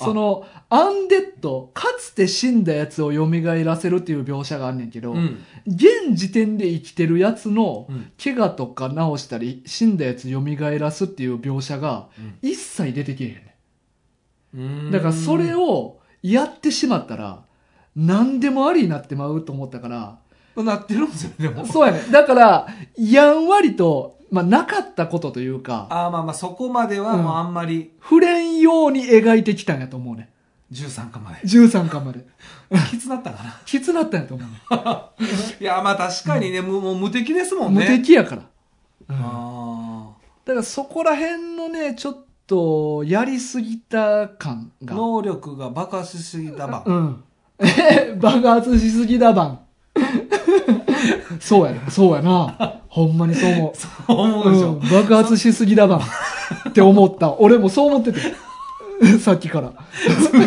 あその、アンデッド、かつて死んだやつを蘇らせるっていう描写があんねんけど、うん現時点で生きてるやつのうん、怪我とか治したり、死んだやつ蘇らすっていう描写がうん一切出てけえへんねうーん。んだからそれをやってしまったら、何でもありになってまうと思ったから、なってるんですよ でもそうやねん。だから、やんわりと、まあ、なかったことというか、ああまあまあそこまではうんもうあんまり触れんように描いてきたんやと思うね。 13巻まで13巻まで。きつなったか なきつなったんやと思うね。いやまあ確かにね、もうもう無敵ですもんね無敵やから。うんだあからそこら辺のね、ちょっと、やりすぎた感あが。能力が爆発しすぎたばうん。 爆発しすぎだばん。 そうやな。そうやな。ほんまにそう思う。そう思うでしょ、うん爆発しすぎだばん。って思った。俺もそう思ってて。 さっきから。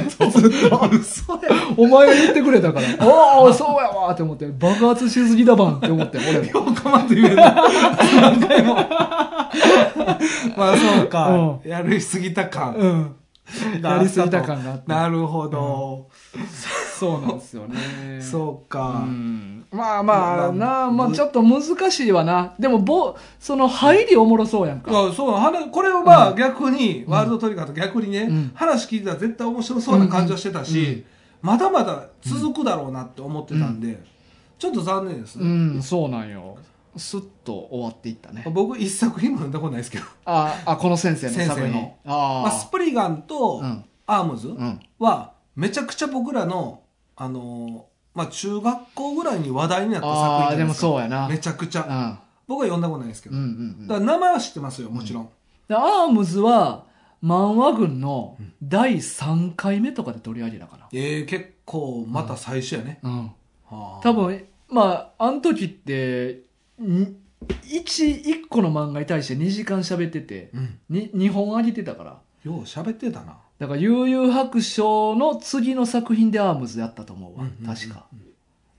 ずっと。 嘘や。お前が言ってくれ たから、ああ、そうやわーって思って、爆発しすぎだばんって思って、俺も。ようかまって言える。何回も。まあそうか。やりすぎた 感うん。があったと。やりすぎた感があったなるほど。そうなんですよね。そううか。ん。まあまあ、まあなあ、まあちょっと難しいわな。でも、ぼ、その入りおもろそうやんか。あそうはなこれはまあ逆に、ワールドトリガーと逆にね、うん話聞いたら絶対面白そうな感じはしてたし、まだまだ続くだろうなって思ってたんで、ちょっと残念ですうね、ん、そうなんよ。スッと終わっていったね。僕一作品も読んだことないですけど、あ、あ、この先生の作先生品の。まあ、スあプリガンとうんアームズあ。うん。はめちゃくちゃ僕らの、あのーまあ、中学校ぐらいに話題になった作あ品あ、でじゃないもですかそうやな。めちゃくちゃ、僕は読んだことないですけうん。うど、んうんうん。だから名前は知ってますよもちろん、でアームズは漫画軍の第3回目とかで取り上げたかな、えー、結構また最初やね、うん、はあ多分まああの時って1一個の漫画に対して2時間喋っててうん、に2本あげてたからよう喋ってたな。だから悠々白書の次の作品でアームズやったと思うわ、確か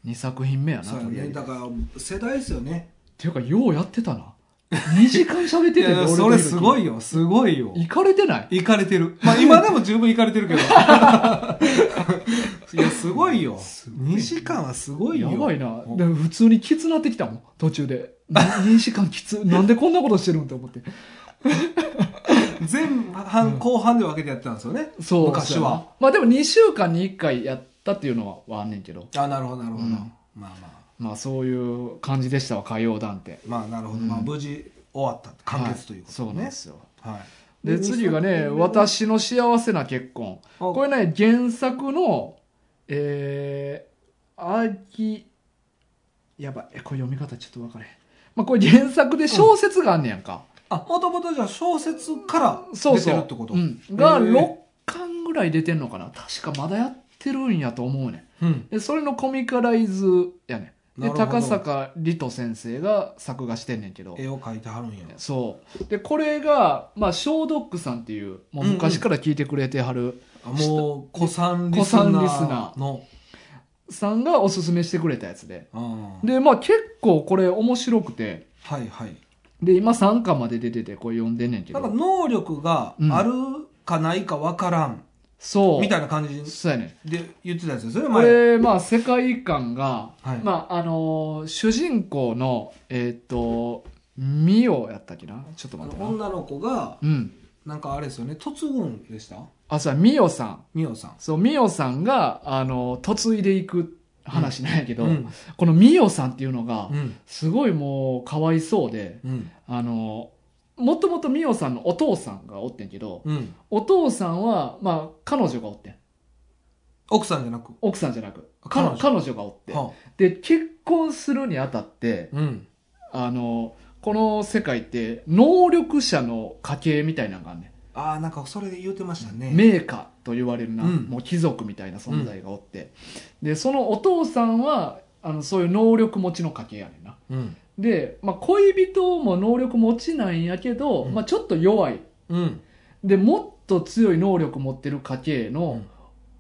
2作品目やなそうや取り上ね。げただっから、世代ですよね。ていうかようやってたな2時間喋っいててや、それすごいいよ、すごいよ。行かれてないいかれてる。まあ、今でも十分いかれて るけど。いや、すごいよ。2時間はすごいよ。やばいなうんで普通にきつなってきたもん途中で2時間きつなんでこんなことしてるんって思って前半、後半で分けてやってたんですよね。そう昔そうやはな。まあでも2週間に1回やったっていうのはあんねんけどあ、なるほど、なるほど。うんまあまあ。まあそういう感じでしたわ火曜団ってまあ、なるほど。うんまあ、無事終わった。完結ということはいそうなんねで。すよはい。で次がね「私の幸せな結婚」ここれね原作のえー、秋やばいえこれ読み方ちょっと分かれへん、まあ、これ原作で小説があんねやんか、あ、もともとじゃあ小説からそう出そてう。るってことうん、がへえ6巻ぐらい出てんのかな確かまだやってるんやと思うねうん。んでそれのコミカライズやねんなでるほど高坂理人先生が作画してんねんけど絵を描いてはるんや。そうでこれが、まあ、ショードックさんっていうもう昔から聞いてくれてはる、あもう、子さんリ子スナさんリスナーの。さんがおすすめしてくれたやつでうんでまあ結構これ面白くてはいはい。で今3巻まで出ててこれ読んでんねんけなんかど能力があるかないかわからん、そうみたいな感じそうやねんで言ってたやつですよね、こ前。れ、まあ、世界観が、はいまあ、あのー主人公の、えーっ、と、ミオやったっけなちょっとあ待ってのな。女の子が、うん。なんかあれですよね、突軍でしたあ、そうやミオさん。ミオさん。そう、ミオさんが、あのー嫁いでいく話なんやけど、うんこのミオさんっていうのがう、ん。すごいもう、かわいそうで、うん。あのーもともとミオさんのお父さんがおってんけど、うん。お父さんは、まあ、彼女がおってん。奥さんじゃなく。奥さんじゃなく、彼彼女女彼女がおって。はで、結婚するにあたって、あうん。あの、この世界って、能力者の家系みたいなのがあんねああ、なんかそれで言ってましたん、ね。名家と言われるな、うんもう貴族みたいな存在がおって。で、そのお父さんは、あの、そういう能力持ちの家系やねんな。うん。で、まあ、恋人も能力持ちなんやけど、うんまあ、ちょっと弱い。うん。で、もっと強い能力持ってる家系の、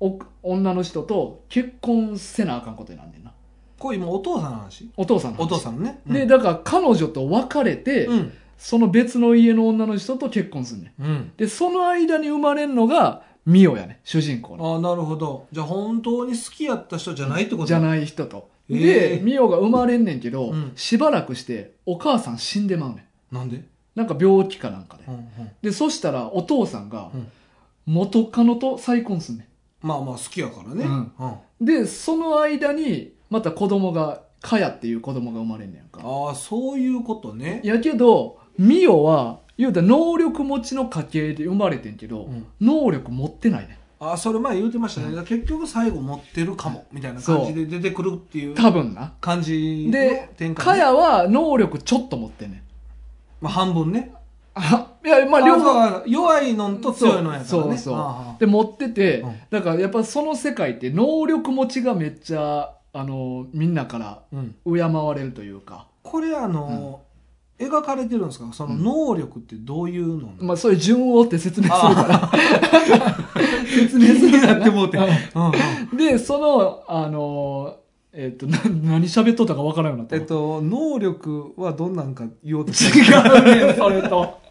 お女の人と結婚せなあかんことになんねんな。これ今お父さんの話お父さんの話お父さんのね。で、だから彼女と別れて、うん。その別の家の女の人と結婚すんねん。うん。で、その間に生まれるのが、ミオやね、主人公の。ああ、なるほど。じゃあ本当に好きやった人じゃないってことじゃい。ない人と。えでー、ミオが生まれんねんけど、うんしばらくして、お母さん死んでまうねん。なんでなんか病気かなんかで。うんうん。で、そしたら、お父さんがうん、元カノと再婚すんねまあまあ好きやからね。うんうんん。で、その間に、また子供が、カヤっていう子供が生まれんねやんか。ああそういうことねやけど、ミオは、言うたら能力持ちの家系で生まれてんけど、うん能力持ってないねん。ああそれ前言うてましたね、だから結局最後持ってるかもみたいな感じで出てくるっていう多分な。感じので展、開カね、ヤは能力ちょっと持ってんねん。まあ、半分ねあいやまああ両両方方が弱いのと強いのやからねそうそうあで持ってて、うんだからやっぱその世界って能力持ちがめっちゃあのみんなからあうん敬われるというかこれあの、描かれてるんですかその能力ってどういうの、まあ、そういう順を追って説明するから。 説明するにからなっ てもうて。うんはうんいで、その、あの、えっ、と、な、何喋っとったか分からんようになった。えっと、能力はどんなんか言おうとしてる違うね、それと。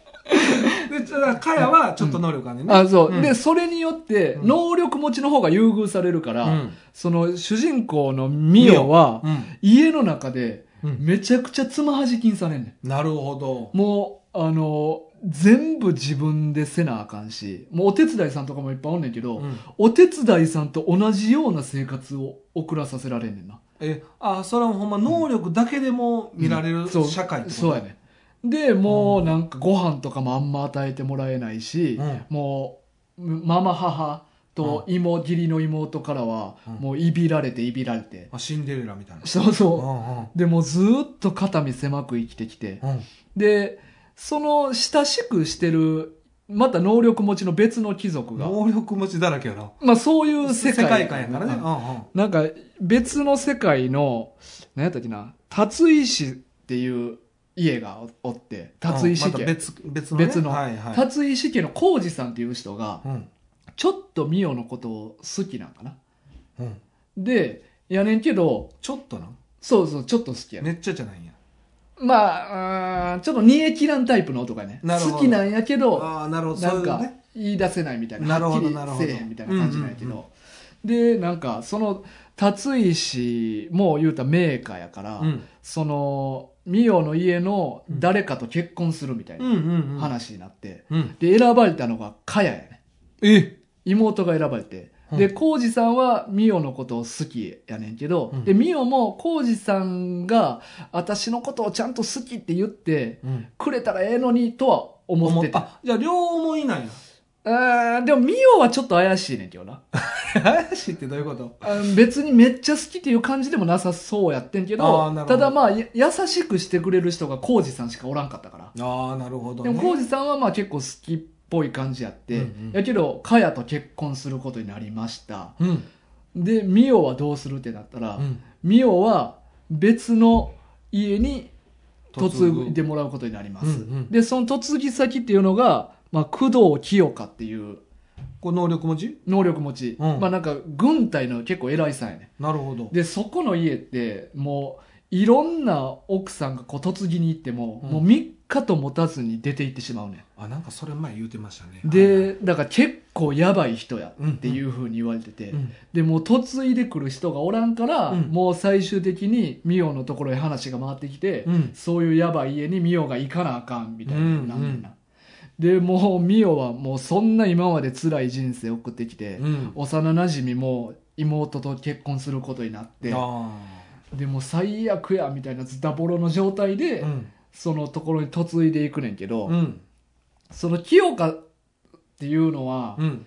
で、だから、かやはちょっと能力あんねんな。 あ、そう。うんで、それによって、うん能力持ちの方が優遇されるから、うんその、主人公のミオは、うん家の中で、うんめちゃくちゃつまはじきにされんねなるほどん。。もう、あの、全部自分でせなあかんし、もうお手伝いさんとかもいっぱいおんねんけど、うんお手伝いさんと同じような生活を送らさせられんねんな。え、あ、それはほんま能力だけでも見られうるんそう社会ってことそうやね。で、もうなんかご飯とかもあんま与えてもらえないし、うんもう、ママ母と妹、義理の妹からは、うんもういびられていびられて。あシンデレラみたいな。そううそんうんう。で、もうずーっと肩身狭く生きてきて。うんで、その親しくしてる、また能力持ちの別の貴族が、能力持ちだらけやな。まあそういう世界観やからね。うなんか別の世界の、何やったっけな、達井氏っていう家がおおって、んうん。達井氏また家。別、別のね。別のはいはい。達井氏家の浩二さんっていう人が、うん。ちょっとミオのことを好きなんかな。うん。で、やねんけど、ちょっとな。そうそう、ちょっと好きやね。めっちゃじゃないんや。まあ、うーんちょっと煮え切らんタイプの男やね。なるほど好きなんやけど、ああ、なるほど。なそんういうかね。言い出せないみたいななるはほっきどりなるほどせえへんみたいな感じなんやけど、うんうんでなんかその達井氏も言うたら名家やから、うん。その美代の家の誰かと結婚するみたいうんなうんうん。。話になって、うん。で選ばれたのがカヤやねえ妹が選ばれて、うんで浩二さんは美代のことを好きやねんけど、うんで美代も浩二さんが私のことをちゃんと好きって言ってうん。くれたらええのにとは思ってたあ、じゃあ両思いなんや。 あーでも、ミオはちょっと怪しいねんけどな。怪しいってどういうことあの別にめっちゃ好きっていう感じでもなさそうやってんけあーど、なるほどただまあ、や優しくしてくれる人がコウジさんしかおらんかったから。ああ、なるほどでね。もコウジさんはまあ結構好きっぽい感じやって、うんうんやけど、カヤと結婚することになりました。うん。で、ミオはどうするってなったら、うん。ミオは別の家に嫁いででもらうことになります。うんうんで、その嫁ぎ先っていうのが、まあ、工藤清香っていうこう能力持ち能力持ち、うんまあなんか軍隊の結構偉いさんやねなるほど。でそこの家ってもういろんな奥さんがこう嫁ぎに行っても、うんもう3日と持たずに出て行ってしまうねあ、なんかそれ前言うてましたね。んでだから結構やばい人やっていうふうに言われてて、うん、でもう嫁いでくる人がおらんから、うんもう最終的にミオのところへ話が回ってきて、うんそういうやばい家にミオが行かなあかんみたいなうんなんねんな、でもうミオはもうそんな今まで辛い人生送ってきて、うん。幼なじみも妹と結婚することになってあでもう最悪やみたいなズタボロの状態で、あ。うん。そのところに嫁いでいくねんけど、うん。その清香っていうのは、うん。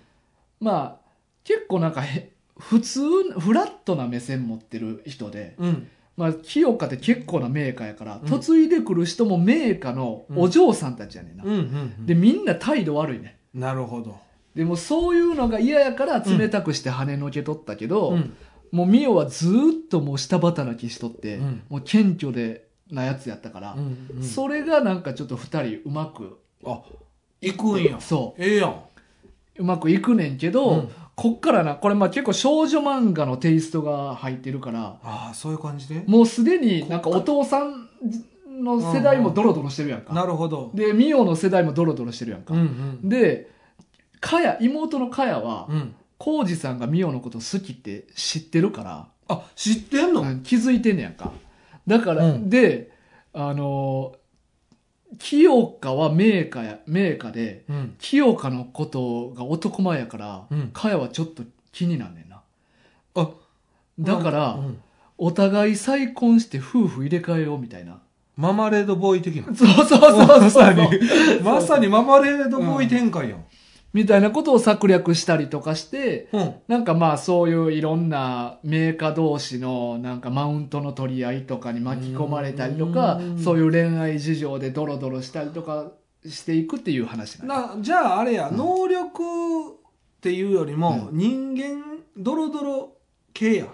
まあ結構なんかへ普通フラットな目線持ってる人で、うん。まあ、清香って結構な名家やからうん嫁いでくる人も名家のお嬢さんたちやねんな、うん。うん。でみんな態度悪いねなるほど。んでもそういうのが嫌やから冷たくして跳ねのけとったけど、ん。もうミオはずーっともう下働きしとって、うんもう謙虚でなやつやったから、うん。うんそれがなんかちょっと二人うまく、あ、行くんや。そええやん。ううまくいくねんけど、うんこっからなこれまあ結構少女漫画のテイストが入ってるからああ、そういう感じで。もうすでになんかお父さんの世代もドロドロしてるやんか、なるほど。でミオの世代もドロドロしてるやんか、ん。でかや妹のかやはうん。浩二さんがミオのこと好きって知ってるから、あ、知ってんのうん気づいてんねやんかだから、うんであのー清香は名家や名家でうん。清香のことが男前やから、うんかやはちょっと気になんねんなあ、だから、うんお互い再婚して夫婦入れ替えようみたいなママレードボーイ的 な。そうそうそうそまさうに、まさにママレードボーイ展開やん。 みたいなことを策略したりとかしてうん。なんかまあそういういろんなメーカー同士のなんかマウントの取り合いとかに巻き込まれたりとかうんそういう恋愛事情でドロドロしたりとかしていくっていう話なんだなじゃああれや、うん能力っていうよりも、う人間ドロドロ系や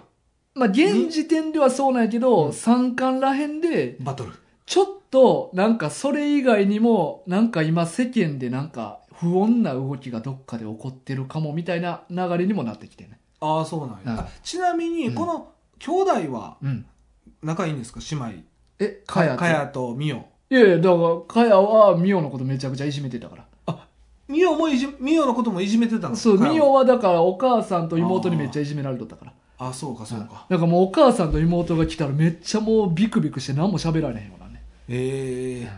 まあ現時点ではそうなんやけど、うん三冠らへんでバトルちょっと、なんかそれ以外にも、なんか今世間でなんか不穏な動きがどっかで起こってるかもみたいな流れにもなってきてね。ああそうなんや、うんあちなみうにんこの兄弟はうん。仲いいんですか姉妹え、かかややと。とみおいやいや、だから、かやはミオのことめちゃくちゃいじめてたから。みおもいじみおのこともいじめてたのそう、かやはミオはだからお母さんと妹にめっちゃいじめられとったから。あそうかそうか、だからもうお母さんと妹が来たらめっちゃもうビクビクして何も喋られへんようなね。ええ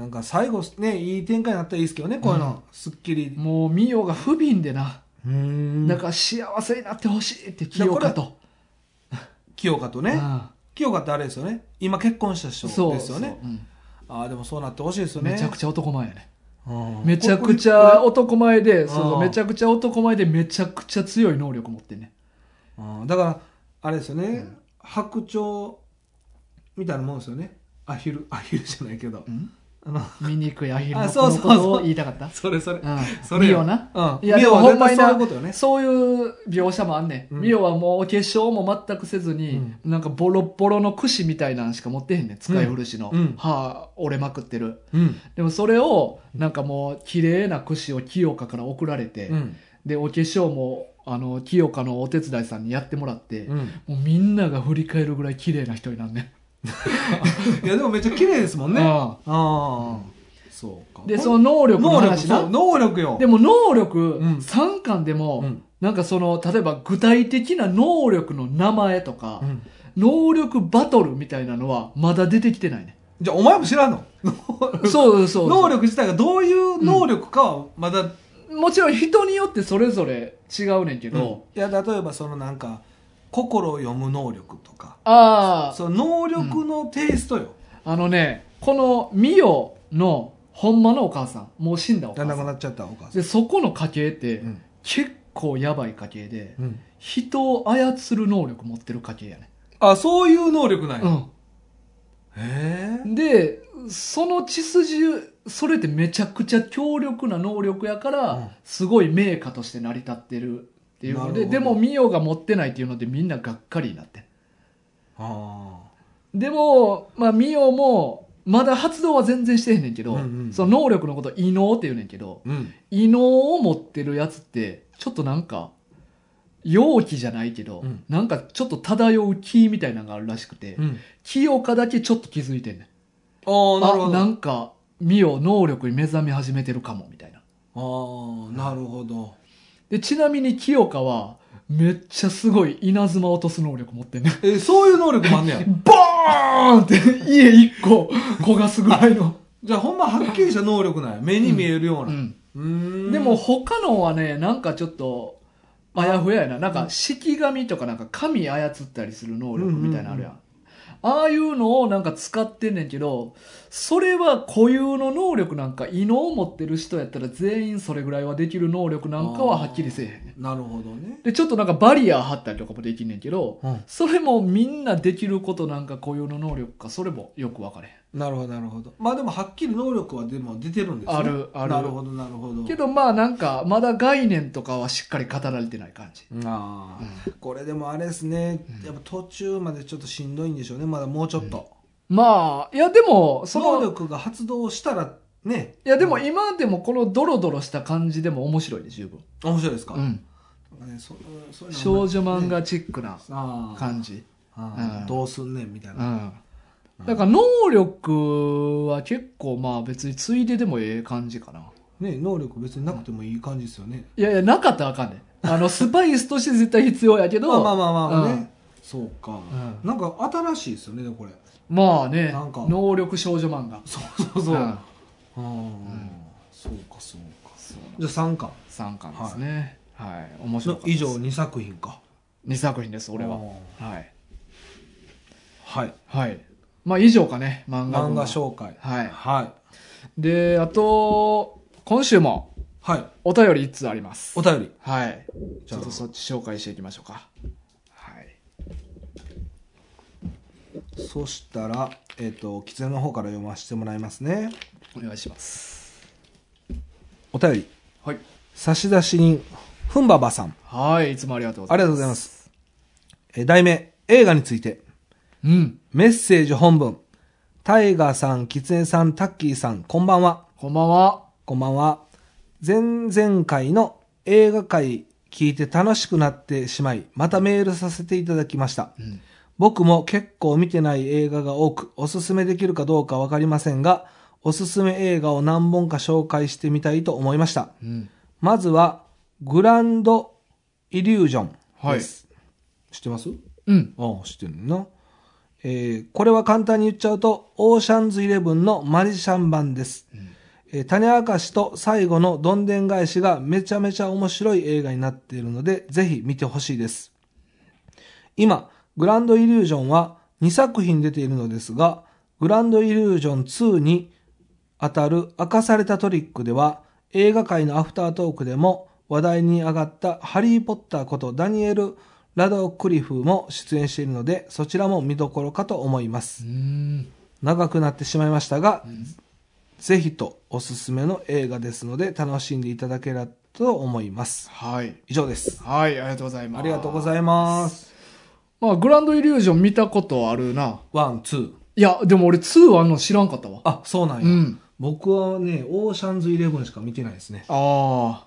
なんか最後ねいい展開になったらいいですけどねこういうの、すっきりもうミオが不憫でな。うんだなんかから幸せになってほしいって清香と。清香とうねん清香ってあれですよね今結婚した人そうですよねそううんああでもそうなってほしいですよねめちゃくちゃ男前やね。うんめちゃくちゃこれこ男前で、そうそあう、ーめちゃくちゃ男前でめちゃくちゃ強い能力持ってんね。れうんだからあれですよね、うん白鳥みたいなもんですよねアヒルアヒルじゃないけど、うんあの醜いアヒルのあこそのうそうこそうとを言いたかった。それそれうそん。れミよオな。ういんやミオはでもほんまに絶対なそういうことよねそういう描写もあんねうんん。ミオはもうお化粧も全くせずに、なんかボロッボロの櫛みたいなんしか持ってへんねん。使い古しの。うんうん歯折れまくってる。うん、でもそれを、なんかもう綺麗な櫛を清香から送られて、うんで、お化粧も、あの、清香のお手伝いさんにやってもらって、うん、もうみんなが振り返るぐらい綺麗な人になんねいやでもめっちゃ綺麗ですもんん。ねあああ、そうかあで、その能力の 能力話そなう。能力よでも能力うん3巻でも、うんなんかその、例えば具体的な能力の名前とか、うん能力バトルみたいなのはまだ出てきてない ね。じゃあお前も知らんのそうそうそう。能力自体がどういう能力かはまだ、もちろん人によってそれぞれ違うねんけど、いや例えばそのなんか心を読む能力とかああ、その能力のテイストよ、あのね、このミオのほんまのお母さん、もう死んだおだ母んさ。だんなんっちゃったお母さんで、そこの家系ってうん結構やばい家系で、うん人を操る能力持ってる家系やね、あそういう能力なんや、うへえん、でその血筋それってめちゃくちゃ強力な能力やから、うんすごい名家として成り立ってるっていうのなるでほどでもミオが持ってないっていうのでみんながっかりになってあでも、まあ、ミオもまだ発動は全然してへんねんけど、うんうんその能力のこと異能って言うねんけどあうん異能を持ってるやつってちょっとなんか陽気じゃないけど、うんなんかちょっと漂う気みたいなのがあるらしくて、うん清香だけちょっと気づいてんねんああなるあほどなあんかミオ能力に目覚め始めてるかもみたいなあーなるほどでちなみに清香はめっちゃすごい稲妻落とす能力持ってんねん えそういう能力もあんねやボーンって家一個焦がすぐらいの、じゃあほんまはっきりした能力なんや目に見えるよううな、ん、うーんでも他のはねなんかちょっとあやふややななんか式神とかなんか神操ったりする能力みたいなのあるやん、ああいうのをなんか使ってんねんけどそれは固有の能力なんか異能を持ってる人やったら全員それぐらいはできる能力なんかははっきりせえへんねんなるほどね、でちょっとなんかバリア張ったりとかもできんねんけどうん、それもみんなできることなんか固有の能力かそれもよく分かれへんなるほどなるほどまあでもはっきり能力はでも出てるんですねあるあるなるほどなるほどけどまあなんかまだ概念とかはしっかり語られてない感じああ、これでもあれですね、やっぱ途中までちょっとしんどいんでしょうねまだもうちょっと、まあいやでもそ能の力が発動したらねいやでも今でもこのドロドロした感じでも面白いで十分、面白いですか、うん、なんかね、そそういうの少女漫ね画チックなああ感じ、ああうんどうすんねんみたいうな、ん、だから能力は結構まあ別についででもええ感じかなね能力別になくてもいい感じですよね、いやいやなかったらあかんねんあのスパイスとして絶対必要やけどまあまあまあまあまあね、うんそうか、うなんか新しいですよねでもこれまあねなんか能力少女漫画そうそうそう、んあーんそうかそうかそうじゃあ3巻3巻ですねはい、面白のかったで以す上2作品か2作品です俺はあーはいはいはいまあ以上かね漫画漫部画は紹介はいはいであと今週もはいお便り1通ありますお便りはいじちゃょあっとそっち紹介していきましょうかはいそしたらえっ、と狐の方から読ませてもらいますねお願いしますお便りはい差出人ふんばばさんはいいつもありがとうござあいりますがとうございますえー題名映画についてうんメッセージ本文タイガーさん、キツネさん、タッキーさん、こんばんは。こんばんは。こんばんは。前々回の映画会聞いて楽しくなってしまい、またメールさせていただきました。うん僕も結構見てない映画が多く、おすすめできるかどうかわかりませんが、おすすめ映画を何本か紹介してみたいと思いました。うん。まずは、グランドイリュージョンです。知ってますうん。ああ、知ってるな。えーこれは簡単に言っちゃうと、オーシャンズイレブンのマジシャン版です。えー種明かしと最後のどんでん返しがめちゃめちゃ面白い映画になっているので、ぜひ見てほしいです。今、グランドイリュージョンは2作品出ているのですが、グランドイリュージョン2に当たる明かされたトリックでは、映画界のアフタートークでも話題に上がったハリー・ポッターことダニエル・ラドクリフも出演しているので、そちらも見どころかと思いまうす。ん。長くなってしまいましたが、ぜひとおすすめの映画ですので、楽しんでいただければと思います。はい。以上です。はい、ありがとうございます。ありがとうございます。まあ、グランドイリュージョン見たことあるな。ワン、ツー。いや、でも俺2はあんの知らんかったわ。あ、そうなんうや。ん。僕はね、オーシャンズイレブンしか見てないですね。あ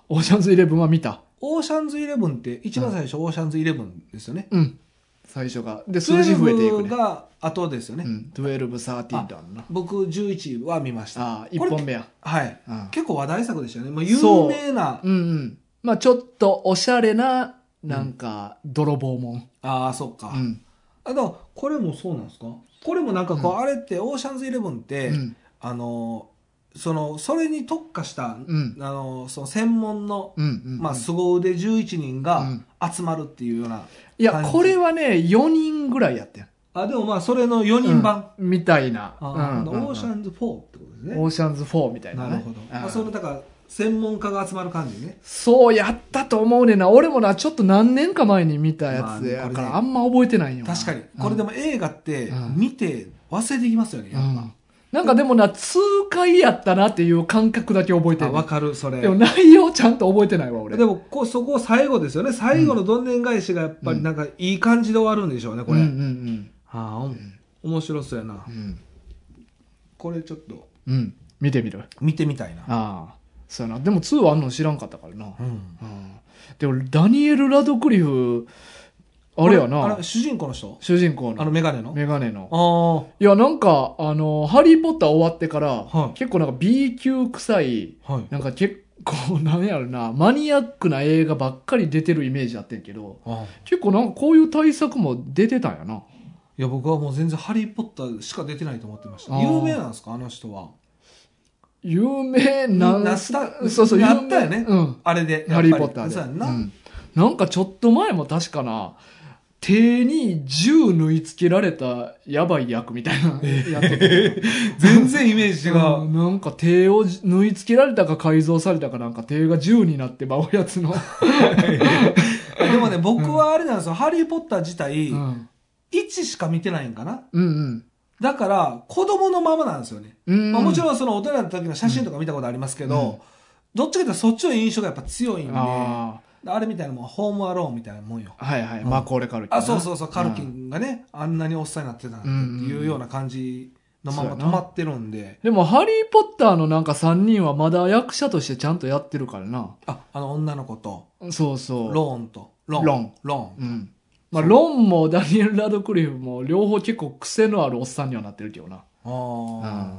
あ、オーシャンズイレブンは見た。オーシャンズイレブンって、一番最初、オーシャンズイレブンですよね。うん。最初が。で、数字増えていく12ね。が後ですよね。うん。12、13とあるな。僕、11は見ました。ああ、1本目や。はい。うん結構話題作でしたよね。まあ、そう有名なうんうん。まあ、ちょっとおしゃれな、なんか、泥棒もん。ああ、そっか。うん。あと、これもそうなんですかこれもなんかこう、うんあれって、オーシャンズイレブンって、うん。あのー、その、それに特化した、うん。あのー、その専門の、うんうん。まあ、凄腕11人うがん集まるっていうような。いや、これはね、4人ぐらいやってん。あ、でもまあ、それの4人版。うんみたいな。あうんーうんうんオーシャンズ4ってことですね。オーシャンズ4みたいなね。なるほど。うあんその、だから、専門家が集まる感じね。そうやったと思うねんな。俺もな、ちょっと何年か前に見たやつまやあねかこれねら、あんま覚えてないよな。確かに。これでも、も映画ってう、ん見て忘れていきますよね、うやっぱん。なんかでもな、痛快やったなっていう感覚だけ覚えてあ。る。わかる、それ。でも内容ちゃんと覚えてないわ、俺。でもこうそこ最後ですよね最後のどんでん返しがやっぱりなんかいい感じで終わるんでしょうねこれ、うんうんああお面白そうやなうん。うん。これちょっとうん。見てみる。見てみたいな、ああ。そうやな。でも2はあんの知らんかったからな。うん、うん。でも、ダニエル・ラドクリフ、あれやあなれ。主人公の人主人公あのの。メガネのメガネの。あいや、なんか、あの、ハリー・ポッター終わってから、はい結構なんか B 級臭い、あはいなんか結構、なんやろな、マニアックな映画ばっかり出てるイメージあってんけど、ああ結構なんかこういう対策も出てたんやな。いや僕はもう全然「ハリー・ポッター」しか出てないと思ってましたああ有名なんですかあの人は有名な、なったそうそう、なったよね有名うん。あれでやっハぱりリー・ポッターで。そうやんな、うんなんかちょっと前も確かな、手に銃縫い付けられたやばい役みたいな、やってて。全然イメージ違う、うんなんか手をじ縫い付けられたか改造されたかなんか手が銃になってまうやつの。でもね僕はあれなんですよ「ハリー・ポッター」自体、うん。 1しか見てないんかなうんだから子供のままなんですよねうん。まあ、もちん。ろんその大人の時の写真とか見たことありますけど、うんどっちかというとそっちの印象がやっぱ強いんでああれみたいなもんホームアローンみたいなもんよあ。はいはい。うんまあこれからあそうそうそうカルキんンがね、あんなにおっさんになってたなんてっていうような感じのままうん止まってるんで、でも、ハリー・ポッターのなんか3人はまだ役者としてちゃんとやってるからな。ああの女の子とそうそう。ローンとロンロンロンうん。まあ、ロンもダニエル・ラドクリフも両方結構癖のあるおっさんにはなってるけどな。あー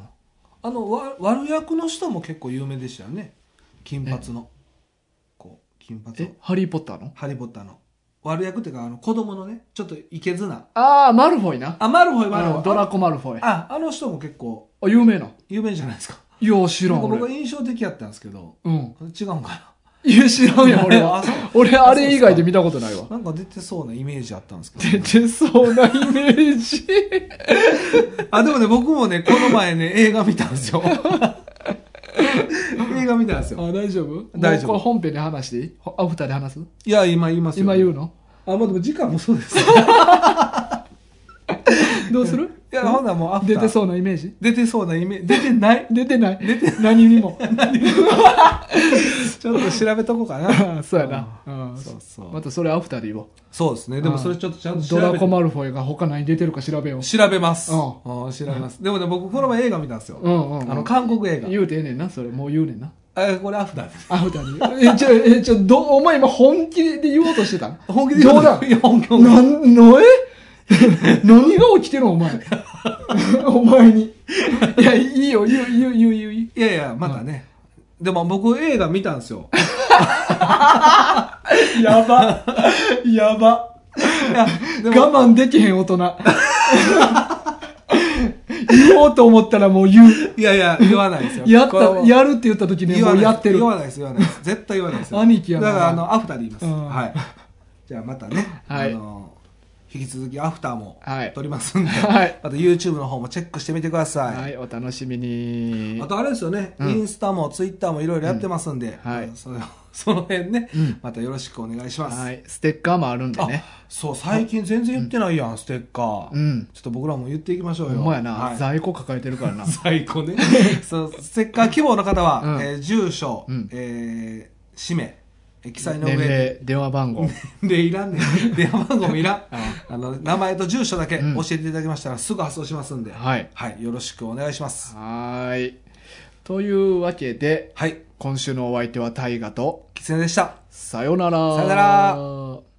あのわ悪役の人も結構有名でしたよね金髪のこう金髪のえ、ハリー・ポッターのハリー・ポッターの悪役っていうかあの子供のねちょっといけずなああ、マルフォイな。あマルフォイマルフォうイんドラコ・マルフォイ。あ、あ、あの人も結構有名な。有名じゃないですか。いや、知らなんん。か僕は俺印象的やったんですけど、うん。違うんかいや、知らな。んよ、俺は。あそう俺、あれ以外で見たことないわ。なんか出てそうなイメージあったんですけ出ど。てそうなイメージ。 あ、でもね、僕もね、この前ね、映画見たんですよ。 映画見たんですよ。あ、大丈夫大丈も夫うこれ本編で話していいほアフターで話すいや、今言いますよ。今言うの あ、まあでも時間もそうです。どうするいや、ほんならもうアフター出てそうなイメージ出てそうなイメージ、出て ない出てない。何に も。ちょっと調べとこうかな。そうやな。うんそうそうまたそれアフターで言おう。そうですね。でもそれちょっとちゃんと調ドべラてコマルフォイが他何出てるか調べよう。調べます。ううんん、調べます。でもね、僕、この前映画見たんですよ。うんうんうんあの、韓国映画。言うてええねんな、それ。もう言うねんな。あ、これアフターです。アフターに。え、ちょ、え、ちょ、ど、お前今本気で言おうとしてたの本気で冗談いや、本気本気なん、の え何が起きてるのお前。お前 に。いや、いいよ、言う、言う、言う、言う言う。いやいや、まだね。でも僕、映画見たんです よ。やば。やば。いや、でも、我慢できへん大人。言おうと思ったらもう言う。いやいや、言わないですよ。やっこれはた、やるって言った時ね、言わもなういやってる言。わないです、言わないです。絶対言わないですよ。兄貴やなだから、あの、アフターで言います。うんはい。じゃあ、またね、はいあの、引き続きアフターもはい撮りますんで、 はいまた YouTube の方もチェックしてみてください。はい、お楽しみにあ。とあれですよね、うんインスタもツイッターもいろいろやってますんで、うんはいその その辺ね、うんまたよろしくお願いします。はい、ステッカーもあるんであね。そう、最近全然言ってないやん、ステッカー、うん。ちょっと僕らも言っていきましょうほよ。んまやはな、い在庫抱えてるからな。 最高ねそうステッカー希望の方は、うんえー住所、うんえー氏名えー記載の年上齢、電話番号。でいらんね ん電話番号もいらんあの名前と住所だけうん教えていただきましたらすぐ発送しますんで、はい。よろしくお願いしますはーい。というわけで、はい今週のお相手は大河と、キツネでしたさよなら。さよなら。